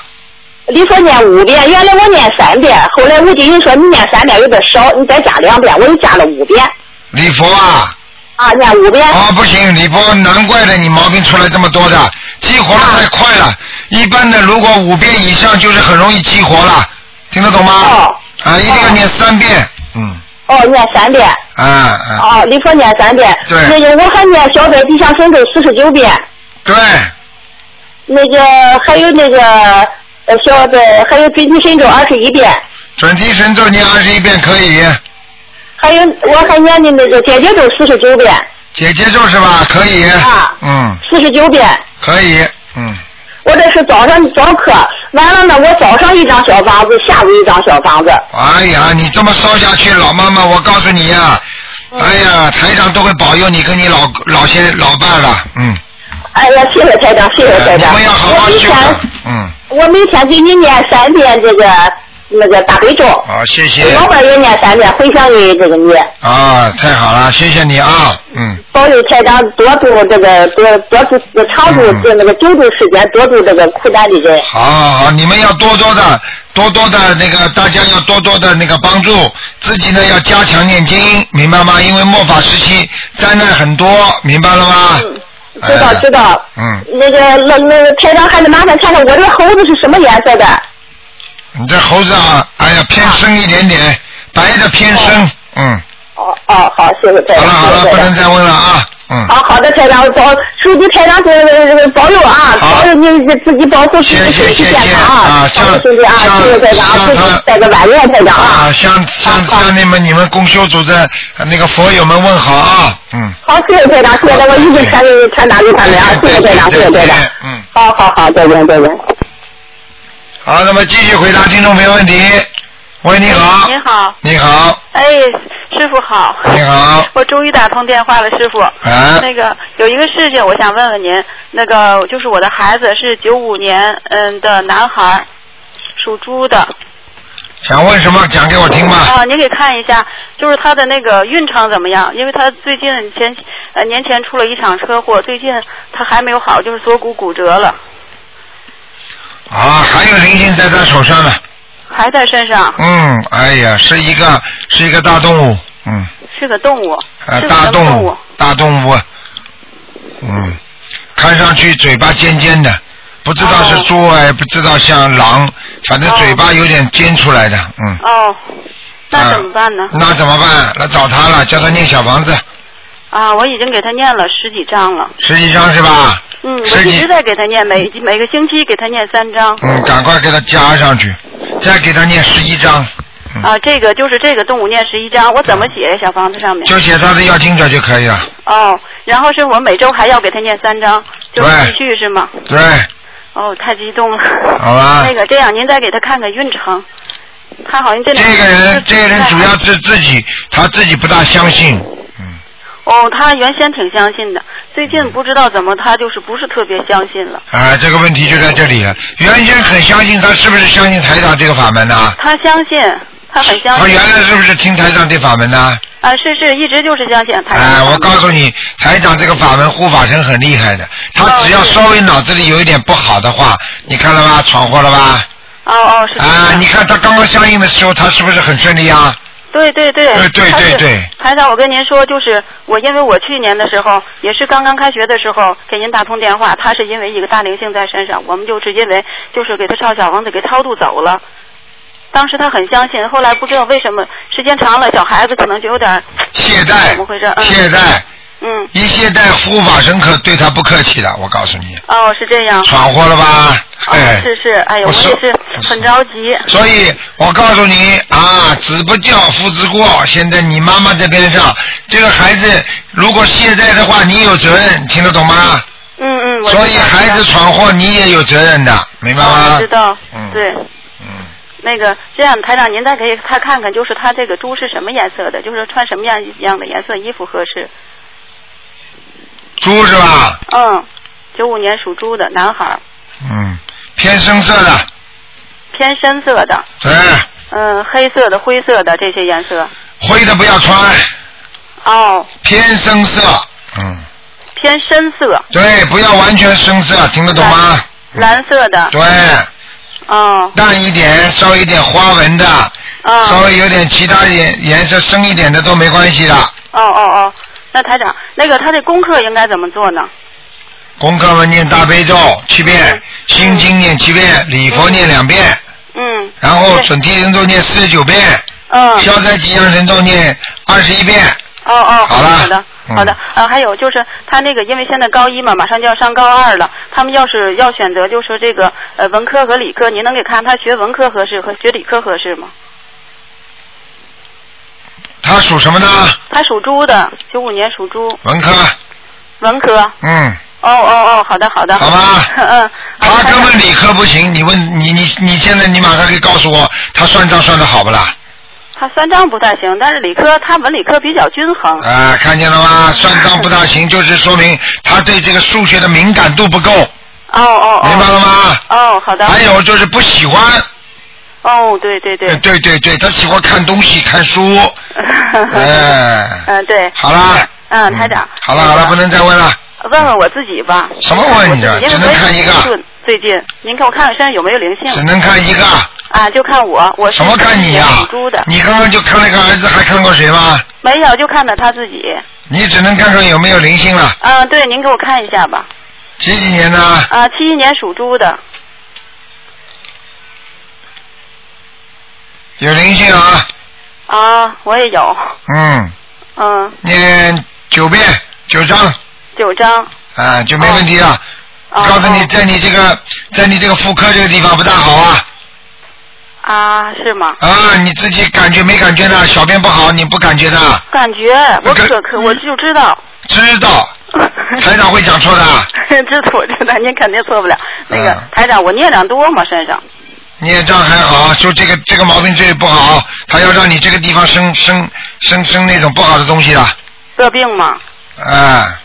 S5: 你说念五遍，原来我念三遍，后来吴金云说你念三遍有点少，你再加两遍，我就加了五遍，
S1: 礼佛啊，
S5: 啊，念五遍。
S1: 啊不行，礼佛难怪了，你毛病出来这么多的，激活的太快了。一般的如果五遍以上就是很容易激活了，听得懂吗？
S5: 哦
S1: 啊，一定要念三遍，嗯，
S5: 哦，念三遍，
S1: 啊啊，
S5: 哦，你说念三遍，
S1: 对
S5: 那个我还念小悲吉祥神咒四十九遍，
S1: 对，
S5: 那个还有那个呃小悲，还有准提神咒二十一遍，
S1: 准提神咒念二十一遍可以，
S5: 还有我还念的那个解结咒四十九遍，
S1: 姐姐咒是吧？可以，
S5: 啊
S1: 嗯，
S5: 四十九遍，
S1: 可以，嗯，
S5: 我这是早上早课，完了呢，我早上一张小房子，下午一张小房子，
S1: 哎呀，
S5: 嗯
S1: 你这么烧下去，老妈妈，我告诉你呀、
S5: 嗯
S1: 哎呀，台长都会保佑你跟你老老些老伴了，嗯，
S5: 哎呀，谢谢台长，谢谢台
S1: 哎你
S5: 长。
S1: 们要好好
S5: 我
S1: 修
S5: 每天，
S1: 的，嗯，
S5: 我每天给你念三遍这个那个大悲咒，
S1: 好，哦啊谢谢
S5: 老，板也念三遍，回向给这个你，
S1: 啊，太好了，谢谢你啊，嗯，
S5: 保佑台长多度这个多多度长度
S1: 嗯
S5: 这那个久度时间，多度这个苦难的人。
S1: 好好好，你们要多多的多多的那个，大家要多多的那个帮助自己呢，要加强念经，明白吗？因为末法时期灾难很多，明白了吗？
S5: 知道
S1: 哎
S5: 知道，
S1: 嗯，
S5: 那个那那个台长还得麻烦看看我这个猴子是什么颜色的，
S1: 你这猴子啊，哎呀，偏深一点点，白的偏深，嗯。
S5: 哦哦，好，谢谢台
S1: 好
S5: 长，
S1: 了好
S5: 谢
S1: 了，
S5: 谢
S1: 不
S5: 台
S1: 能
S5: 长。
S1: 再问了啊。嗯，
S5: 好好的，台长，保祝你台长这保佑啊，
S1: 好
S5: 保佑你自己保护
S1: 谢
S5: 自己
S1: 谢
S5: 身体
S1: 谢
S5: 健
S1: 谢
S5: 康啊，
S1: 像
S5: 保佑兄弟啊，
S1: 像
S5: 谢谢台长啊，
S1: 像
S5: 祝
S1: 他
S5: 你拜个晚年，台长
S1: 啊，
S5: 啊。
S1: 向向
S5: 好
S1: 向你们你们共修组的呃那个佛友们问好啊。嗯，
S5: 好，谢谢台长，谢谢台长，我一定传给你传达给他们
S1: 哎
S5: 啊，谢谢台长，谢谢台长。
S1: 嗯，
S5: 好好好，再见再见。
S1: 好，那么继续回答听众朋友问题。喂，你好，
S6: 您好，
S1: 你好，
S6: 哎，师傅好。
S1: 你好，
S6: 我终于打通电话了，师傅。
S1: 哎，
S6: 那个有一个事情，我想问问您，那个就是我的孩子是九五年嗯的男孩，属猪的。
S1: 想问什么讲给我听吧。
S6: 啊，您给看一下，就是他的那个运程怎么样？因为他最近前呃年前出了一场车祸，最近他还没有好，就是锁骨骨折了，
S1: 啊，还有灵性在他手上呢。
S6: 还在身上，
S1: 嗯，哎呀，是一个是一个大动物，嗯，
S6: 是个动物，
S1: 啊，
S6: 是个
S1: 大
S6: 什么动
S1: 物
S6: 物？，
S1: 大动物，啊嗯，看上去嘴巴尖尖的，不知道
S6: 哦
S1: 是猪哎，不知道像狼，反正嘴巴有点尖出来的，嗯。
S6: 哦哦，那怎么办呢
S1: 啊？那怎么办？那找他了，叫他念小房子。
S6: 啊，我已经给他念了十几章了。
S1: 十几张是吧？
S6: 嗯，我
S1: 十
S6: 一
S1: 几
S6: 直在给他念，每每个星期给他念三章。
S1: 嗯，赶快给他加上去，再给他念十一章，嗯
S6: 啊，这个就是这个动物念十一章，我怎么写呀？小房子上面。
S1: 就写他的要经者就可以了。
S6: 哦，然后是我每周还要给他念三章，就是
S1: 对
S6: 继续是吗？
S1: 对，
S6: 哦，太激动了。
S1: 好吧
S6: (laughs) 那个这样，您再给他看看运程，他好像这两
S1: 这个人，这个人主要
S6: 不太好
S1: 是自己，他自己不大相信。
S6: 哦，他原先挺相信的，最近不知道怎么他就是不是特别相信了。
S1: 啊，这个问题就在这里了。原先很相信他，是不是相信台长这个法门呢、
S6: 他相信，他很相
S1: 他
S6: 信
S1: 原来是不是听台长这法门呢、
S6: 啊，是是，一直就是相信他。
S1: 哎，我告诉你，台长这个法门护法神很厉害的，他只要稍微脑子里有一点不好的话，你看了吧，闯祸了吧？
S6: 哦哦，是这样
S1: 啊，你看他刚刚相应的时候，他是不是很顺利啊？
S6: 对对对，
S1: 对对
S6: 他是
S1: 对对。
S6: 台长，我跟您说，就是我因为我去年的时候，也是刚刚开学的时候给您打通电话，他是因为一个大灵性在身上，我们就是因为就是给他烧小王子给超度走了。当时他很相信，后来不知道为什么，时间长了，小孩子可能就有点儿
S1: 懈
S6: 怎
S1: 怠，
S6: 么回事？嗯
S1: 懈怠，
S6: 嗯，
S1: 一懈怠，护法神可对他不客气的，我告诉你，
S6: 哦，是这样。
S1: 闯祸了吧？哎
S6: 哦，，是是，哎呀，
S1: 我
S6: 我
S1: 说
S6: 也是很着急。
S1: 所以我告诉你啊，子不教，父之过。现在你妈妈在边上，这个孩子如果懈怠的话，你有责任，听得懂吗？
S6: 嗯嗯，我知道
S1: 所以孩子闯祸，你也有责任的，明白吗
S6: 哦我知？道
S1: 嗯，
S6: 对。
S1: 嗯，
S6: 那个，这样台长，您再给他看看，就是他这个猪是什么颜色的，就是穿什么样样的颜色衣服合适。
S1: 猪是吧？
S6: 嗯，九五年属猪的男孩儿，
S1: 嗯，偏深色的，
S6: 偏深色的，
S1: 对，
S6: 嗯，黑色的、灰色的这些颜色。
S1: 灰的不要穿，
S6: 哦，
S1: 偏深色。嗯，
S6: 偏深色，
S1: 对，不要完全深色，听得懂吗？
S6: 蓝色的。
S1: 嗯对，
S6: 哦，
S1: 淡一点，稍微一点花纹的，
S6: 哦，
S1: 稍微有点其他颜颜色深一点的都没关系的。
S6: 哦哦哦，那台长，那个他这功课应该怎么做呢？
S1: 功课们念大悲咒七遍，心经念七遍，礼佛念两遍，
S6: 嗯
S1: 然后准提神咒念四十九遍，
S6: 嗯。
S1: 消灾吉祥神咒念二十一遍。
S6: 哦哦，
S1: 好
S6: 好
S1: 了
S6: 的好的
S1: 嗯
S6: 好的，呃，还有就是他那个，因为现在高一嘛，马上就要上高二了，他们要是要选择，就说这个呃文科和理科，您能给看他学文科合适和学理科合适吗？
S1: 他属什么呢？
S6: 他属猪的，九五年属猪，
S1: 文科。
S6: 文科。哦
S1: 嗯，
S6: 哦哦，好的好的。
S1: 好吧
S6: (laughs) 嗯。
S1: 他根本理科不行。你问你你你现在你马上可以告诉我，他算账算的好不啦？
S6: 他算账不太行，但是理科他文理科比较均衡。
S1: 啊、看见了吗？算账不大行，就是说明他对这个数学的敏感度不够，
S6: 哦哦
S1: 哎明白
S6: 哦。
S1: 了吗？
S6: 哦，好的。
S1: 还有就是不喜欢，
S6: 哦，对对对
S1: 呃。对对对，他喜欢看东西、看
S6: (laughs)
S1: 书，哎
S6: 嗯，对。
S1: 好啦。
S6: 嗯，台长。
S1: 好了好了，不能再问了。
S6: 问问我自己吧。
S1: 什么问题啊
S6: 我自己
S1: 只能看一个。
S6: 因为我也不顺最近，您看我看看身上有没有灵性
S1: 只能看一个，
S6: 啊？就看我，嗯我是
S1: 什么看你呀、
S6: 属猪的，
S1: 你刚刚就看了个儿子，还看过谁吗？
S6: 没有就看到他自己。
S1: 你只能看看有没有灵性了。
S6: 啊，对，您给我看一下吧。
S1: 几几年的？
S6: 啊，七一年属猪的，
S1: 有灵性啊，
S6: 啊，我也有，
S1: 嗯，
S6: 嗯，
S1: 念九遍九章
S6: 九张。
S1: 啊，就没问题了。
S6: 哦
S1: 告诉你，
S6: 哦
S1: 在你这个在你这个妇科这个地方不大好啊
S6: 啊，是吗？
S1: 啊，你自己感觉没感觉呢？小便不好，你不感觉的？
S6: 感觉我
S1: 感
S6: 可可我就知道，
S1: 知道，
S6: (laughs)
S1: 台长会讲错的。
S6: 知道我知道，您肯定错不了。那个
S1: 嗯
S6: 台长，我孽障多吗？身上？
S1: 孽障还好，就这个这个毛病最不好，他要让你这个地方生生生生那种不好的东西了，
S6: 得病吗？
S1: 啊，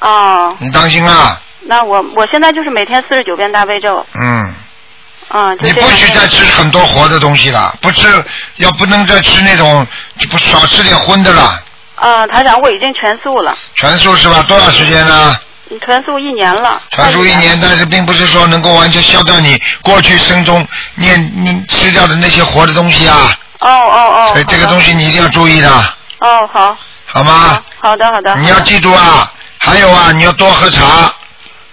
S6: 哦，
S1: 你当心啊，
S6: 那我我现在就是每天四十九遍大悲咒，
S1: 嗯，
S6: 嗯，就
S1: 你
S6: 这
S1: 不
S6: 样
S1: 许再吃很多活的东西了，不吃要不能再吃那种，不少吃点荤的了，
S6: 呃，台长，我已经全素了，
S1: 全素是吧？多少时间呢？
S6: 嗯全素一年了。
S1: 全素一年，但是并不是说能够完全消掉你过去生中念你吃掉的那些活的东西啊，
S6: 哦哦哦。
S1: 所以这个
S6: 好的
S1: 东西你一定要注意的，
S6: 哦，好。
S1: 好吗？
S6: 好的好的。
S1: 你要记住啊，还有啊，你要多喝茶。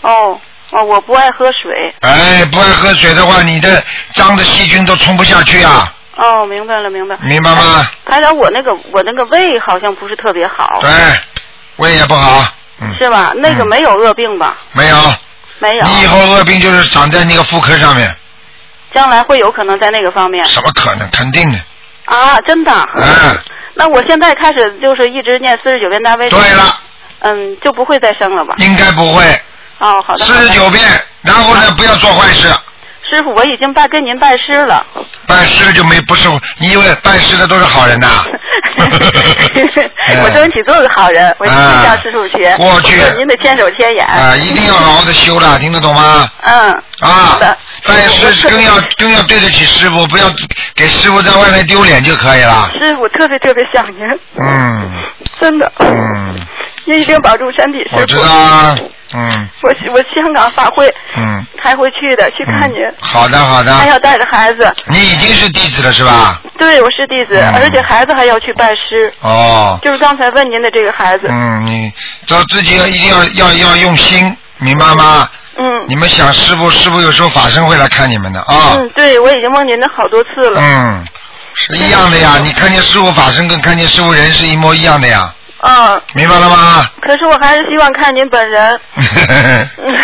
S6: 哦哦，我不爱喝水。
S1: 哎，不爱喝水的话，你的脏的细菌都冲不下去啊，
S6: 哦，明白了明白。
S1: 明白吗？
S6: 哎台长，我那个我那个胃好像不是特别好。
S1: 对，胃也不好，嗯，
S6: 是吧？那个
S1: 嗯
S6: 没有恶病吧？
S1: 没有，
S6: 没有，
S1: 你以后恶病就是长在那个妇科上面，
S6: 将来会有可能在那个方面
S1: 什么可能？肯定的，
S6: 啊，真哎的。
S1: 嗯，
S6: 那我现在开始就是一直念四十九遍大悲咒，
S1: 对了，
S6: 嗯，就不会再生了吧？
S1: 应该不会，
S6: 哦，好的。
S1: 四
S6: 好的
S1: 十九遍，然后呢，不要做坏事，
S6: 师傅，我已经拜跟您拜师
S1: (laughs)
S6: 了。 (laughs)
S1: 办事就没不是，你以为办事的都是好人
S6: (laughs)
S1: 呐？
S6: 我争取做个好人，我一定向师傅学。
S1: 哎过去
S6: 我做您的千手千眼。
S1: 啊，一定要好好的修了，听得懂吗？
S6: 嗯。
S1: 啊
S6: 好的，
S1: 但
S6: 师
S1: 是
S6: 傅
S1: 更
S6: 我特
S1: 要更要对得起师傅，不要给师傅在外面丢脸就可以了。
S6: 师傅特别特别想您，
S1: 嗯
S6: 真的，
S1: 嗯，
S6: 您一定保重身体，师傅。
S1: 我知道啊，嗯
S6: 我去我去香港法会
S1: 嗯。
S6: 还会去的，去看您，
S1: 嗯好的好
S6: 还
S1: 的，
S6: 要带着孩子。
S1: 你已经是弟子了是吧？
S6: 对，我是弟子，
S1: 嗯
S6: 而且孩子还要去拜师，
S1: 哦，
S6: 就是刚才问您的这个孩子。
S1: 嗯，你都自己要一定要要要用心，明白吗？
S6: 嗯
S1: 你们想师傅，师傅有时候法身会来看你们的啊。
S6: 嗯，对，我已经梦您的好多次了。
S1: 嗯，是一样的
S6: 嗯
S1: 呀。你看见师傅法身跟看见师傅人是一模一样的呀，
S6: 啊，
S1: 明白了
S6: (laughs)
S1: 吗？
S6: 可是我还是希望看您本
S1: (laughs)
S6: 人。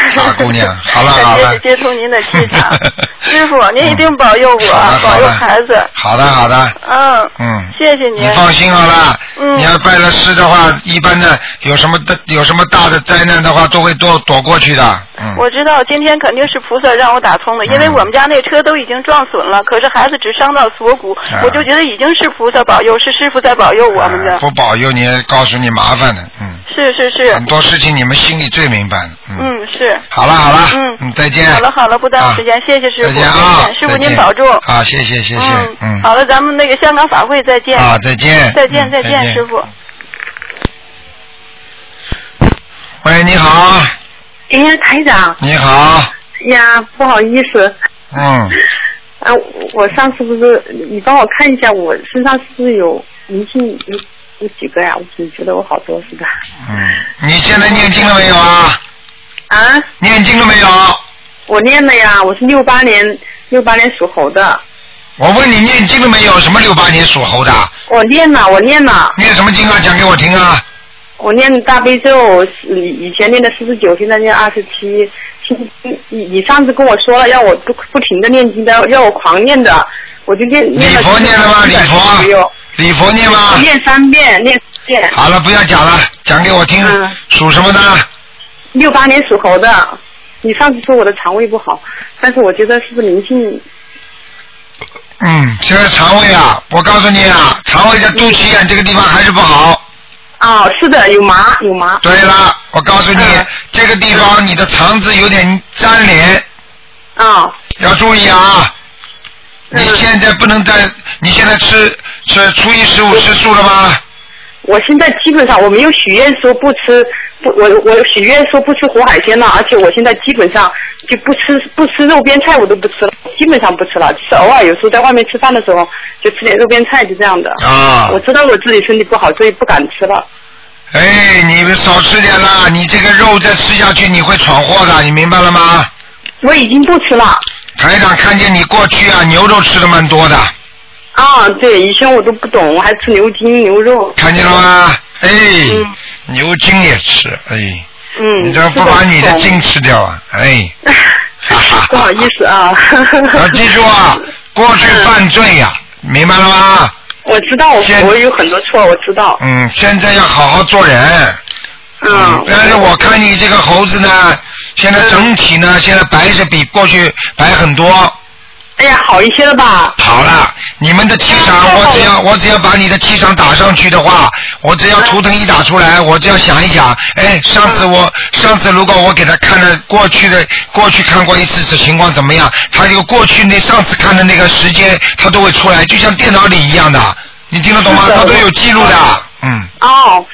S1: 傻姑娘，
S6: (laughs)
S1: 好了好
S6: 感
S1: 了
S6: 谢，接触您的气
S1: (laughs)
S6: 场，师傅，您一定保佑
S1: 嗯
S6: 我，
S1: 好的
S6: 保
S1: 好
S6: 佑
S1: 的
S6: 孩子。
S1: 好的好的，
S6: 嗯，
S1: 嗯。
S6: 谢谢
S1: 你
S6: 您。
S1: 放心好了，
S6: 嗯
S1: 你要拜了师的话，一般的有什么的有什么大的灾难的话，都会躲躲过去的。嗯，
S6: 我知道今天肯定是菩萨让我打通的，因为
S1: 嗯
S6: 我们家那车都已经撞损了，可是孩子只伤到锁骨，
S1: 啊
S6: 我就觉得已经是菩萨保佑，是师傅在保佑我们
S1: 呃
S6: 的。
S1: 不保佑你，告诉你麻烦的，嗯，
S6: 是是是，
S1: 很多事情你们心里最明白了，嗯，
S6: 嗯是。
S1: 好了好了，
S6: 嗯
S1: 再见，
S6: 好了好了，不耽误时间，谢谢师
S1: 哎啊再
S6: 傅，
S1: 见啊，
S6: 师傅
S1: 再见
S6: 您保重。
S1: 好，谢谢谢谢，嗯，
S6: 好了，咱们那个香港法会再见。
S1: 啊，再见，
S6: 再见
S1: 嗯
S6: 再见，师傅。
S1: 喂，你好，
S5: 哎呀，台长，
S1: 你好，
S5: 哎呀，不好意思，
S1: 嗯，
S5: 啊，我我上次不是你帮我看一下，我身上是不是有灵性有有几个呀、我总觉得我好多是吧？
S1: 嗯，你现在念经了没有啊？
S5: 啊，
S1: 念经了没有？
S5: 我念了呀，我是六八年六八年属猴的，
S1: 我问你念经了没有？什么六八年属猴的？
S5: 我念了，我念了，
S1: 念什么经啊？讲给我听啊！
S5: 我念大悲咒，以以前念的四十九，现在念二十七。听你你上次跟我说了，要我不不停的念经的，要我狂念的，我就念
S1: 礼
S5: 念了
S1: 佛念了吗？礼
S5: 没有
S1: 佛，啊礼佛念吗？
S5: 念三遍，念四遍。
S1: 好了，不要讲了，讲给我听。啊
S5: 嗯
S1: 属什么的？
S5: (laughs) 六八年属猴的，你上次说我的肠胃不好，但是我觉得是不是灵性？
S1: 嗯，现在肠胃啊，我告诉你啊，肠胃在肚脐眼这个地方还是不好。
S5: 啊、是的，有麻有麻。
S1: 对了，我告诉你，
S5: 嗯
S1: 这个地方你的肠子有点粘连，
S5: 啊、
S1: 要注意啊。你
S5: 嗯
S1: 现在不能再，你现在吃吃初一十五吃素了吗？
S5: 我现在基本上我没有许愿说不吃不，我我许愿说不吃活海鲜了，而且我现在基本上就不吃不吃肉边菜，我都不吃了，基本上不吃了，就是偶尔有时候在外面吃饭的时候就吃点肉边菜，就这样的。
S1: 啊，
S5: 我知道我自己身体不好，所以不敢吃了。
S1: 哎，你们少吃点啦！你这个肉再吃下去，你会闯祸的，你明白了吗？
S5: 我已经不吃了。
S1: 台长看见你过去啊，牛肉吃的蛮多的，
S5: 啊，对，以前我都不懂，我还吃牛筋牛肉。
S1: 看见了吗？哎，
S5: 嗯
S1: 牛筋也吃，哎，
S5: 嗯，
S1: 你怎么不
S5: 是
S1: 把你的
S5: 懂
S1: 筋吃掉啊？哎， (laughs)
S5: 不好意思嗯啊。
S1: 要记住啊，过去犯罪呀、明白了吗？
S5: (laughs) 我知道我
S1: 先
S5: 我有很多错，我知道。
S1: 嗯，现在要好好做人。
S5: 嗯，
S1: 但是我看你这个猴子呢，现在整体呢，现在白是比过去白很多。
S5: 哎呀，好一些了吧？
S1: 好了，你们的气场，我只要我只要把你的气场打上去的话，我只要图腾一打出来，我只要想一想，哎，上次我上次如果我给他看了过去的过去看过一次次情况怎么样，他就过去那上次看的那个时间，他都会出来，就像电脑里一样的，你听得懂吗
S5: 是？的
S1: 他都有记录的，嗯，
S5: 哦。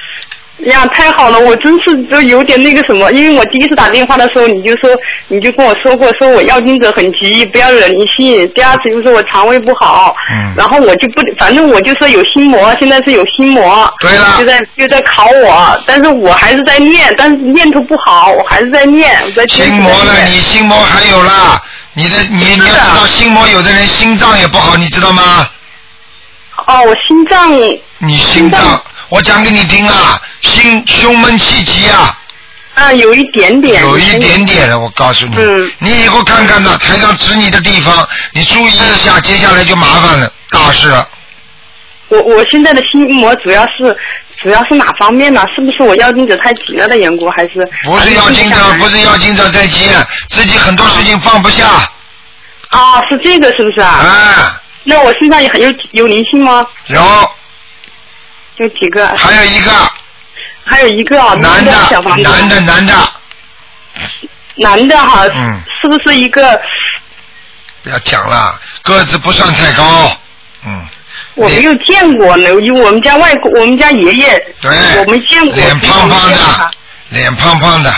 S5: 呀，太好了！我真是就有点那个什么，因为我第一次打电话的时候，你就说，你就跟我说过，说我要精者很急，不要惹灵性。第二次又说我肠胃不好，
S1: 嗯
S5: 然后我就不，反正我就说有心魔，现在是有心魔，
S1: 对了
S5: 就在就在考我，但是我还是在念，但是念头不好，我还是在念，我在坚持
S1: 心
S5: 地
S1: 魔了，
S5: 念
S1: 你心魔还有啦，你的你你要知道心魔有的人心脏也不好，你知道吗？
S5: 哦，我心脏
S1: 你心脏
S5: 心脏，
S1: 我讲给你听啊，心胸闷气急啊。
S7: 啊，
S5: 嗯
S7: 有一点点。
S1: 有一点点了，我告诉你。嗯。你以后看看呐，台上指你的地方，你注意一下，接下来就麻烦了，大事了。
S7: 我我现在的心魔主要是主要是哪方面呢？是不是我妖精者太急了的缘故，还是
S1: 不是要
S7: 哎
S1: 经常，不是要经常在急，自己很多事情放不下。
S7: 啊，是这个是不是啊？
S1: 啊。
S7: 那我身上也很有有灵性吗？
S1: 有。
S7: 有几个？
S1: 还有一个。
S7: 还啊有一个啊，
S1: 男的
S7: 那个小房子，
S1: 男的，男的，
S7: 男的哈，
S1: 嗯，
S7: 是不是一个？
S1: 不要讲了，个子不算太高，
S7: 我没有见过呢，因为我们家外公，我们家爷爷，
S1: 对
S7: 我没见过，
S1: 脸胖胖的
S7: 没见过他
S1: 脸胖胖的，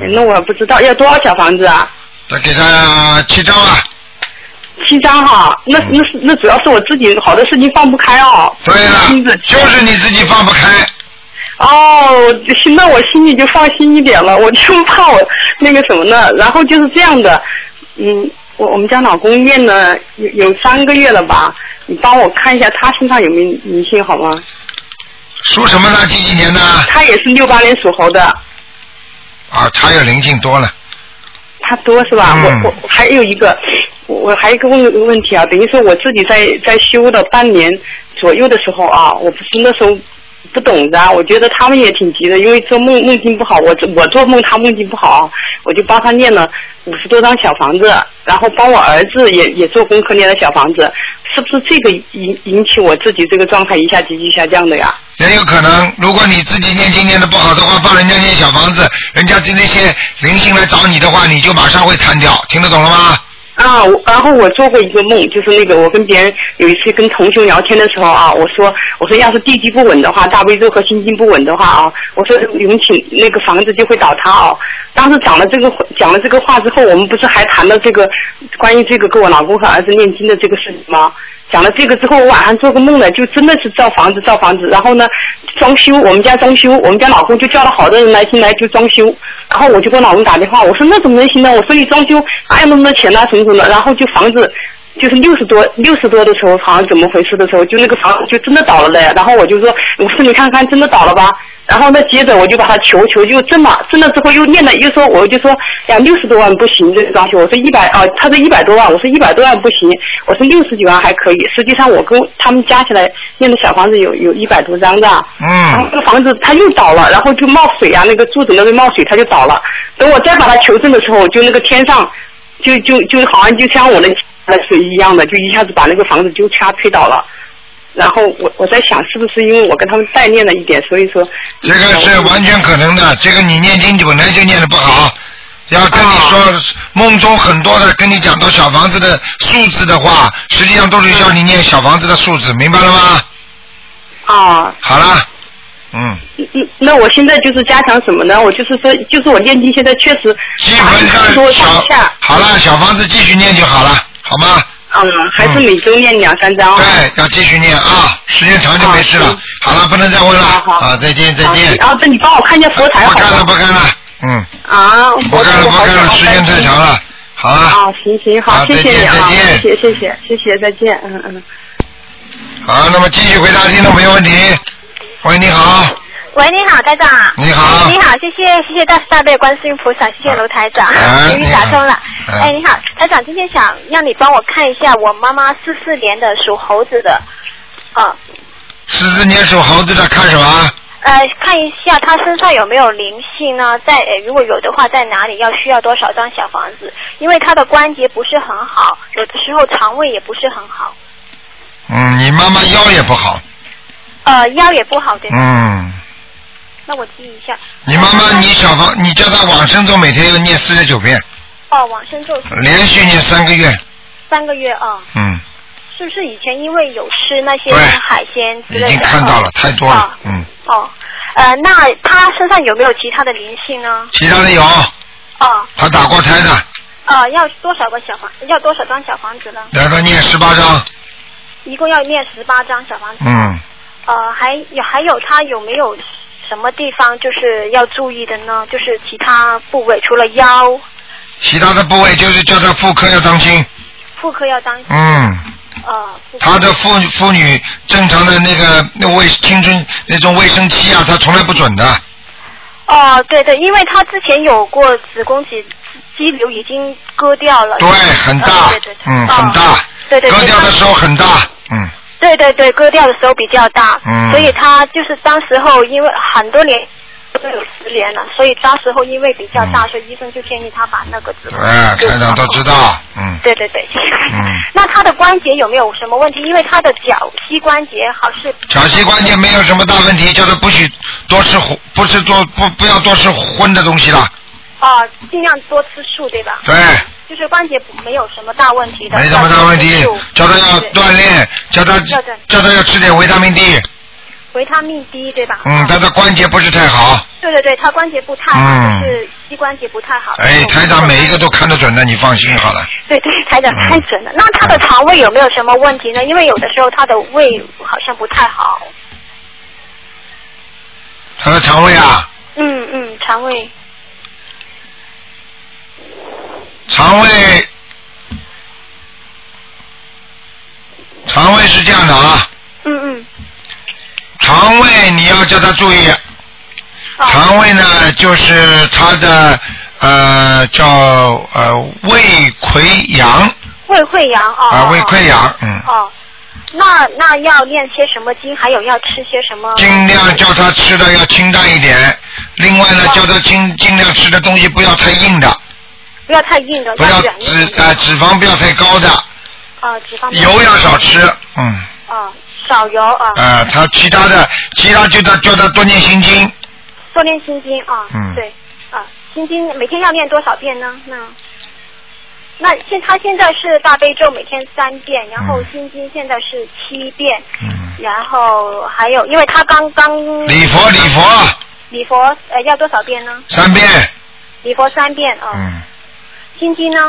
S7: 哎那我不知道要多少小房子啊？
S1: 再给他七张啊。
S7: 七张哈，那那是那主要是我自己好多事情放不开哦。
S1: 对
S7: 了，
S1: 就是你自己放不开。
S7: 哦，行，那我心里就放心一点了，我就怕我那个什么呢。然后就是这样的，嗯，我我们家老公验了有有三个月了吧，你帮我看一下他身上有没有灵性好吗？
S1: 属什么呢？几几年的？
S7: 他也是六八年属猴的，
S1: 啊，他有灵性多了。
S7: 他多是吧？
S1: 嗯
S7: 我我还有一个，我我还有一个问问题啊，等于说我自己在在修了半年左右的时候啊，我不是那时候不懂的啊，我觉得他们也挺急的，因为做梦梦境不好，我我做梦他梦境不好，我就帮他念了五十多张小房子，然后帮我儿子也也做功课念了小房子，是不是这个引引起我自己这个状态一下急剧下降的呀？
S1: 也有可能，如果你自己念经念的不好的话，帮人家念小房子，人家就那些灵性来找你的话，你就马上会瘫掉，听得懂了吗？
S7: 啊，我然后我做过一个梦，就是那个我跟别人有一次跟同学聊天的时候啊，我说我说要是地基不稳的话，大悲咒和心经不稳的话啊，我说永请那个房子就会倒塌啊。当时讲了这个讲了这个话之后，我们不是还谈了这个关于这个跟我老公和儿子念经的这个事情吗？讲了这个之后，我晚上做个梦呢，就真的是造房子造房子，然后呢装修，我们家装修，我们家老公就叫了好多人来进来就装修，然后我就给我老公打电话，我说那怎么能行呢？我说你装修哎哪有那么多钱呐、什么什么的，然后就房子。就是六十多六十多的时候，好像怎么回事的时候，就那个房子就真的倒了嘞。然后我就说，我说你看看，真的倒了吧？然后呢，接着我就把他求求，就这么真的之后又念了，又说我就说哎呀，六十多万不行，这个装修，我说一百啊，他说一百多万，我说一百多万不行，我说六十几万还可以。实际上我跟他们加起来念的小房子有有一百多张的。然后
S1: 嗯，
S7: 这个房子它又倒了，然后就冒水啊，那个柱子那边冒水，它就倒了。等我再把它求证的时候，就那个天上，就就就好像就像我的水一样的，就一下子把那个房子就掐推倒了。然后我我在想，是不是因为我跟他们代念了一点，所以说
S1: 这个是完全可能的。这个你念经本来就念的不好，要跟你说、梦中很多的跟你讲到小房子的数字的话，实际上都是叫你念小房子的数字，明白了吗？
S7: 啊，
S1: 好了，嗯，
S7: 嗯那我现在就是加强什么呢？我就是说，就是我念经现在确实打本上多上下，
S1: 好了，小房子继续念就好了，好吗？
S7: 嗯，还是每周念两三张、啊。
S1: 对，要继续念啊，时间长就没事了。
S7: 嗯
S1: 好了，不能再问了啊，再见再见。
S7: 然后等你帮我看一下佛台好吗？不看了，
S1: 不看了。嗯，
S7: 啊，
S1: 不看了不看了，时间太长了。好了。
S7: 啊，行行，好，
S1: 好
S7: 谢
S1: 再
S7: 谢
S1: 见
S7: 你啊，
S1: 再见
S7: 谢谢谢谢谢谢，再见，嗯嗯。
S1: 好，那么继续回答听众朋友问题。喂，你好，
S3: 喂，你好，台长。哎
S1: 你好
S3: 你好，谢谢谢谢大慈大悲观世音菩萨，谢谢卢台长，
S1: 哎
S3: (laughs) 终于打通了。
S1: 你好嗯
S3: 哎，你好，台长，今天想让你帮我看一下我妈妈四四年的属猴子的，啊，
S1: 四四年属猴子的看什么？
S3: 呃，看一下她身上有没有灵性呢？在、呃如果有的话，在哪里？要需要多少张小房子？因为她的关节不是很好，有的时候肠胃也不是很好，
S1: 嗯，你妈妈腰也不好。
S3: 呃，腰也不好，对吧？
S1: 嗯，
S3: 那我记一下。呃
S1: 你妈妈，你小房，你叫她往生咒每天要念四十九遍，
S3: 哦，往生咒是
S1: 连续念三个月。
S3: 三个月啊。
S1: 嗯，
S3: 是不是以前因为有吃那些
S1: 对
S3: 海鲜之
S1: 已
S3: 类的？
S1: 经看到了，太多了。嗯，
S3: 哦，呃，那他身上有没有其他的灵性呢？
S1: 其他的有，
S3: 哦，
S1: 她打过胎的，
S3: 呃，要多少个小房？要多少张小房子呢？
S1: 让她念十八章。
S3: 一共要念十八张小房子。
S1: 嗯，
S3: 呃，还有还有他有没有什么地方就是要注意的呢？就是其他部位除了腰、
S1: 其他的部位就是叫她妇科要当心。
S3: 妇科要当心。
S1: 嗯，
S3: 呃，
S1: 他的妇妇女正常的那个那卫青春那种卫生期啊，他从来不准的。
S3: 哦，对对，因为他之前有过子宫肌肌瘤已经割掉了，
S1: 对，很
S3: 啊
S1: 大，嗯，很大，
S3: 哦对对对，
S1: 割掉的
S3: 他
S1: 时候很大，嗯，
S3: 对对对，割掉的时候比较大，
S1: 嗯
S3: 所以他就是当时候因为很多年都有十年了，所以当时候因为比较
S1: 嗯
S3: 大，所以医生就建议他把那个子宫
S1: 哎，台长都知道，嗯
S3: 对对对，
S1: 嗯。
S3: (laughs) 那他的关节有没有什么问题？因为他的脚膝关节好像是
S1: 小膝关节没有什么大问题，叫他不许多吃荤，不吃多不不要多吃荤的东西了。
S3: 啊、呃尽量多吃素对吧？
S1: 对，
S3: 就是关节没有什么大问题的，
S1: 没什么大问题
S3: 要多吃素，
S1: 叫他要锻炼，叫他
S3: 对对
S1: 叫他要吃点维他命 D。
S3: 维他命 D 对吧？啊
S1: 嗯，他的关节不是太好。
S3: 对对对，他关节不太好，
S1: 嗯
S3: 就是膝关节不太好。
S1: 哎，台长每一个都嗯看得准的，你放心好了。
S3: 对对，台长太准了。那他的肠胃有没有什么问题呢？因为有的时候他的胃好像不太好。
S1: 他的肠胃啊，
S3: 嗯嗯，肠胃
S1: 肠胃，肠胃是这样的啊，
S3: 嗯嗯
S1: 肠胃你要叫他注意。
S3: 哦啊
S1: 肠胃呢，就是他的呃叫呃胃溃疡
S3: 胃溃疡哦。
S1: 啊，
S3: 哦
S1: 胃溃疡，嗯，
S3: 哦，那那要念些什么经？还有要吃些什么？
S1: 尽量叫他吃的要清淡一点。另外呢，叫他
S3: 哦
S1: 尽尽量吃的东西不要太硬的，
S3: 不要哦太硬的，
S1: 不要
S3: 软一
S1: 脂呃脂肪不要太高的，
S3: 啊，脂肪不
S1: 油要少吃，嗯，
S3: 啊，少油啊，
S1: 啊，他其他的其他就他叫他多念心经，
S3: 哦多念心经啊，
S1: 嗯
S3: 对啊，心经每天要念多少遍呢？那那现他现在是大悲咒每天三遍，然
S1: 嗯
S3: 后心经现在是七遍，然后还有因为他刚刚
S1: 礼佛礼佛
S3: 礼佛呃要多少遍呢？
S1: 三遍，
S3: 礼佛三遍啊，
S1: 嗯，
S3: 心经呢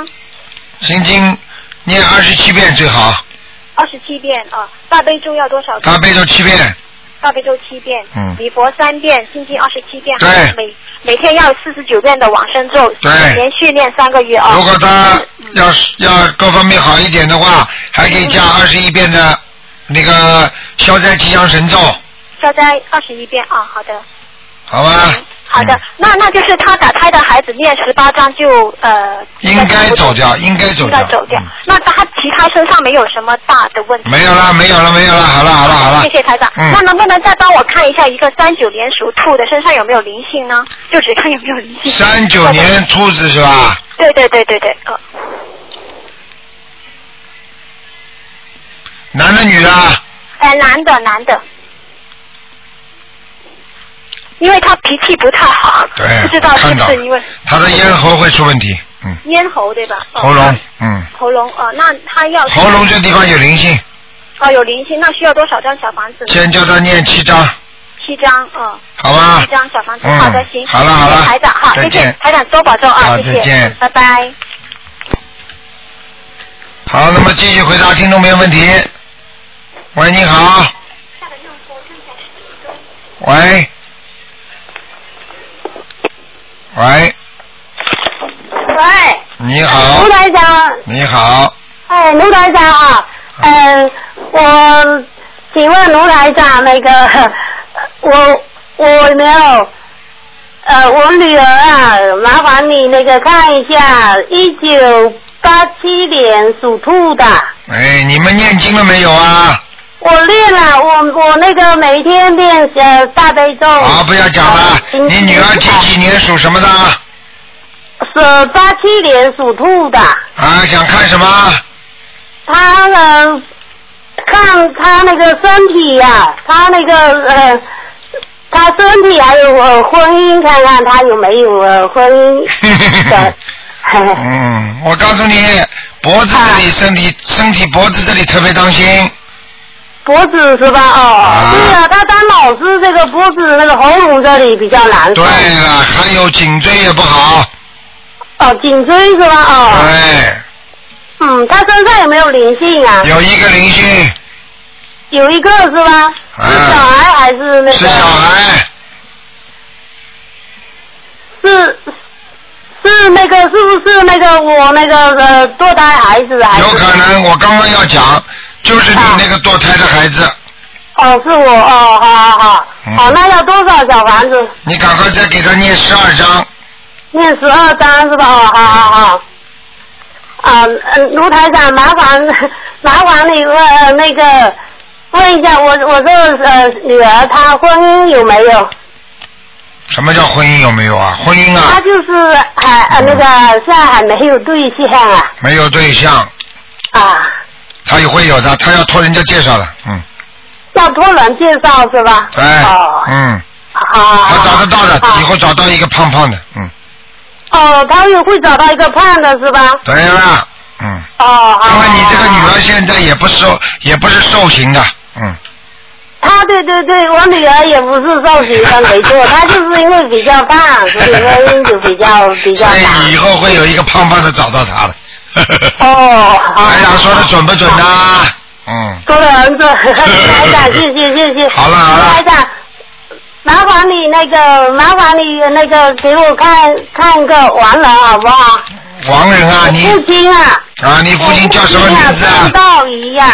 S1: 心经念二十七遍最好，
S3: 二十七遍啊，大悲咒要多少遍？
S1: 大悲咒七遍，
S3: 大悲咒七遍，
S1: 嗯
S3: 礼佛三遍，心经二十七遍，
S1: 对
S3: 还有每每天要四十九遍的往生咒，
S1: 对
S3: 连续练三个月啊。
S1: 如果他要是要各方面好一点的
S3: 嗯
S1: 话，还可以加二十一遍的那个消灾吉祥神咒，
S3: 消灾二十一遍啊，好的，
S1: 嗯好吧？
S3: 好的，那那就是他打胎的孩子念十八章就呃
S1: 应该走掉，应该走
S3: 应该
S1: 掉，嗯
S3: 走掉。那他其他身上没有什么大的问题。
S1: 没有啦，没有了，没有了，好了，好了，好了
S3: 谢。谢台长。
S1: 嗯
S3: 那能不能再帮我看一下一个三九年属兔的身上有没有灵性呢？就只看有没有灵性。
S1: 三九年兔子是吧？
S3: 对对对对对，呃，
S1: 男的女的？啊
S3: 哎，男的男的，因为他脾气不太好，
S1: 对
S3: 不知道是
S1: 看
S3: 不
S1: 到
S3: 是因为
S1: 他的咽喉会出问题，嗯，
S3: 咽喉对吧？哦
S1: 喉咙，嗯，
S3: 喉咙哦，那他要
S1: 喉咙这地方有灵性，
S3: 哦，有灵性，那需要多少张小房子呢？
S1: 先叫他念七章，
S3: 七张，嗯，
S1: 好吧
S3: 七张小房子，
S1: 嗯
S3: 好的，行，
S1: 好了好了
S3: 谢谢台长，好，
S1: 再
S3: 谢谢
S1: 见
S3: 台长，多保重啊，
S1: 好
S3: 谢
S1: 再
S3: 谢
S1: 见，
S3: 拜拜。
S1: 好，那么继续回答听众朋友问题。喂，你好。喂。喂，
S5: 喂，
S1: 你好
S5: 卢，台长，
S1: 你好，
S5: 哎，卢台长啊，嗯、我请问卢台长，那个 (laughs) 我我没有，呃，我女儿啊，麻烦你那个看一下，一九八七年属兔的，
S1: 哎，你们念经了没有啊？
S5: 我练了，我我那个每天练呃大悲咒，
S1: 好，啊不要讲了。你女儿几几年属什么的？
S5: 是八七年属兔的。
S1: 啊，想看什么？
S5: 他呢，看他那个身体呀、他那个呃，他身体还有呃婚姻，看看他有没有呃婚
S1: (laughs)
S5: 姻的 (laughs)
S1: 嗯，我告诉你，脖子这里、身体、身体脖子这里特别当心。
S5: 脖子是吧？哦，对啊，他他老是这个脖子那个喉咙这里比较难受，
S1: 对了，还有颈椎也不好。
S5: 哦，颈椎是吧？哦，
S1: 哎，
S5: 嗯，他身上有没有灵性啊？
S1: 有一个灵性，
S5: 有一个是吧？是小孩还是那个？是小
S1: 孩。
S5: 是是那个是不是那个我那个呃堕胎孩子还啊
S1: 有
S5: 是？
S1: 可能我刚刚要讲，就是你那个堕胎的孩子，
S5: 哦，是我哦，好好好，
S1: 嗯
S5: 好，那要多少小房子？
S1: 你赶快再给他念十二章，
S5: 念十二章是吧？哦，好好好。啊，嗯，卢台长，麻烦麻烦你问、呃、那个问一下，我我这个呃女儿她婚姻有没有？
S1: 啊什么叫婚姻有没有啊？婚姻啊，
S5: 她就是还、呃、那个现在还没有对象啊
S1: 没有对象，
S5: 啊，
S1: 他也会有的，他要托人家介绍的，嗯，
S5: 要托人介绍是吧？
S1: 对，
S5: 哦
S1: 嗯，
S5: 啊，
S1: 他找得到的，以后找到一个胖胖的，嗯，
S5: 哦，她也会找到一个胖的是吧？
S1: 对了，
S5: 哦，
S1: 因为你这个女儿现在也不瘦，也不是瘦型的，嗯，
S5: 她对对对，我女儿也不是
S1: (laughs)
S5: 受刑的，没错，她就是因为比较胖，所以婚姻就比较比较
S1: 所
S5: 难。
S1: 以以后会有一个胖胖的找到她的。 (laughs)
S5: 哦，
S1: 台长哎说的准不准 (laughs) 呐、嗯，
S5: 说的很准，台长，谢谢谢谢。好了好了，台长，麻烦你那个，麻烦你那个给我看看一个完人好不好？
S1: 王人啊，你
S5: 父亲啊，
S1: 啊，你父亲叫什么名字啊
S5: 张？道仪呀、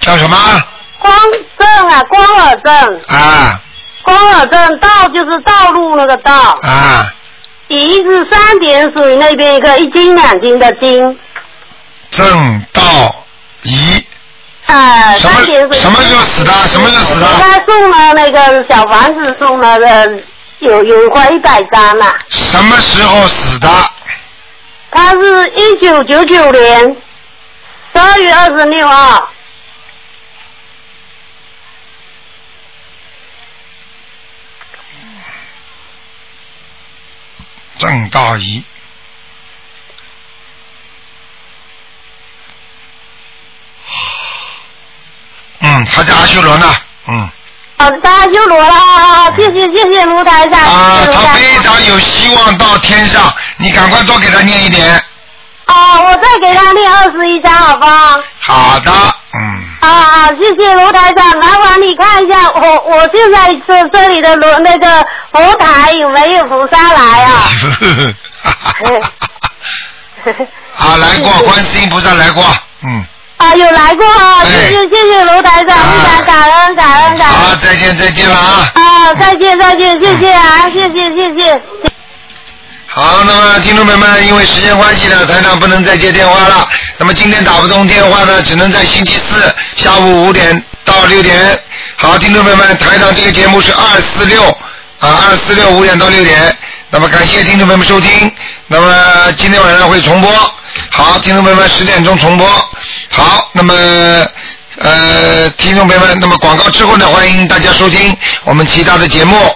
S1: 叫什么？
S5: 光正啊，光耳正，
S1: 啊
S5: 光耳正道就是道路那个道，
S1: 啊，
S5: 仪是三点水那边一个一斤两斤的斤，
S1: 郑道仪，
S5: 呃，
S1: 什
S5: 三点
S1: 么
S5: 水。
S1: 什么时候死的？什么时候死啊的？
S5: 他送了那个小房子，送了呃有有快一百张了。
S1: 什么时候死的？
S5: 他是一九九九年十二月二十六号，
S1: 郑道仪。嗯，他在阿修罗呢。嗯，
S5: 好的，他修罗了，好好谢谢谢谢卢台长，
S1: 啊，
S5: 谢谢卢
S1: 他
S5: 台
S1: 非常有希望到天上，你赶快多给他念一点。
S5: 啊，我再给他念二十一张好不好？
S1: 好的，
S5: 啊啊，谢谢卢台长，麻烦你看一下我我现在这这里的卢那个佛台有没有菩萨来啊？
S1: 哦 (laughs) 啊，来过，观世音菩萨来过，嗯，
S5: 啊，有来过啊，谢谢谢谢卢台长，非常感恩感恩感恩。好，
S1: 再见再见了啊！
S5: 啊，再见再见，谢谢啊，谢谢谢谢。
S1: 好，那么听众朋友们，因为时间关系呢，台长不能再接电话了。那么今天打不通电话呢，只能在星期四下午五点到六点。好，听众朋友们，台长这个节目是二四六啊，二四六五点到六点。那么感谢听众朋友们收听，那么今天晚上会重播。好，听众朋友们十点钟重播。好，那么。呃，听众朋友们，那么广告之后呢，欢迎大家收听我们其他的节目。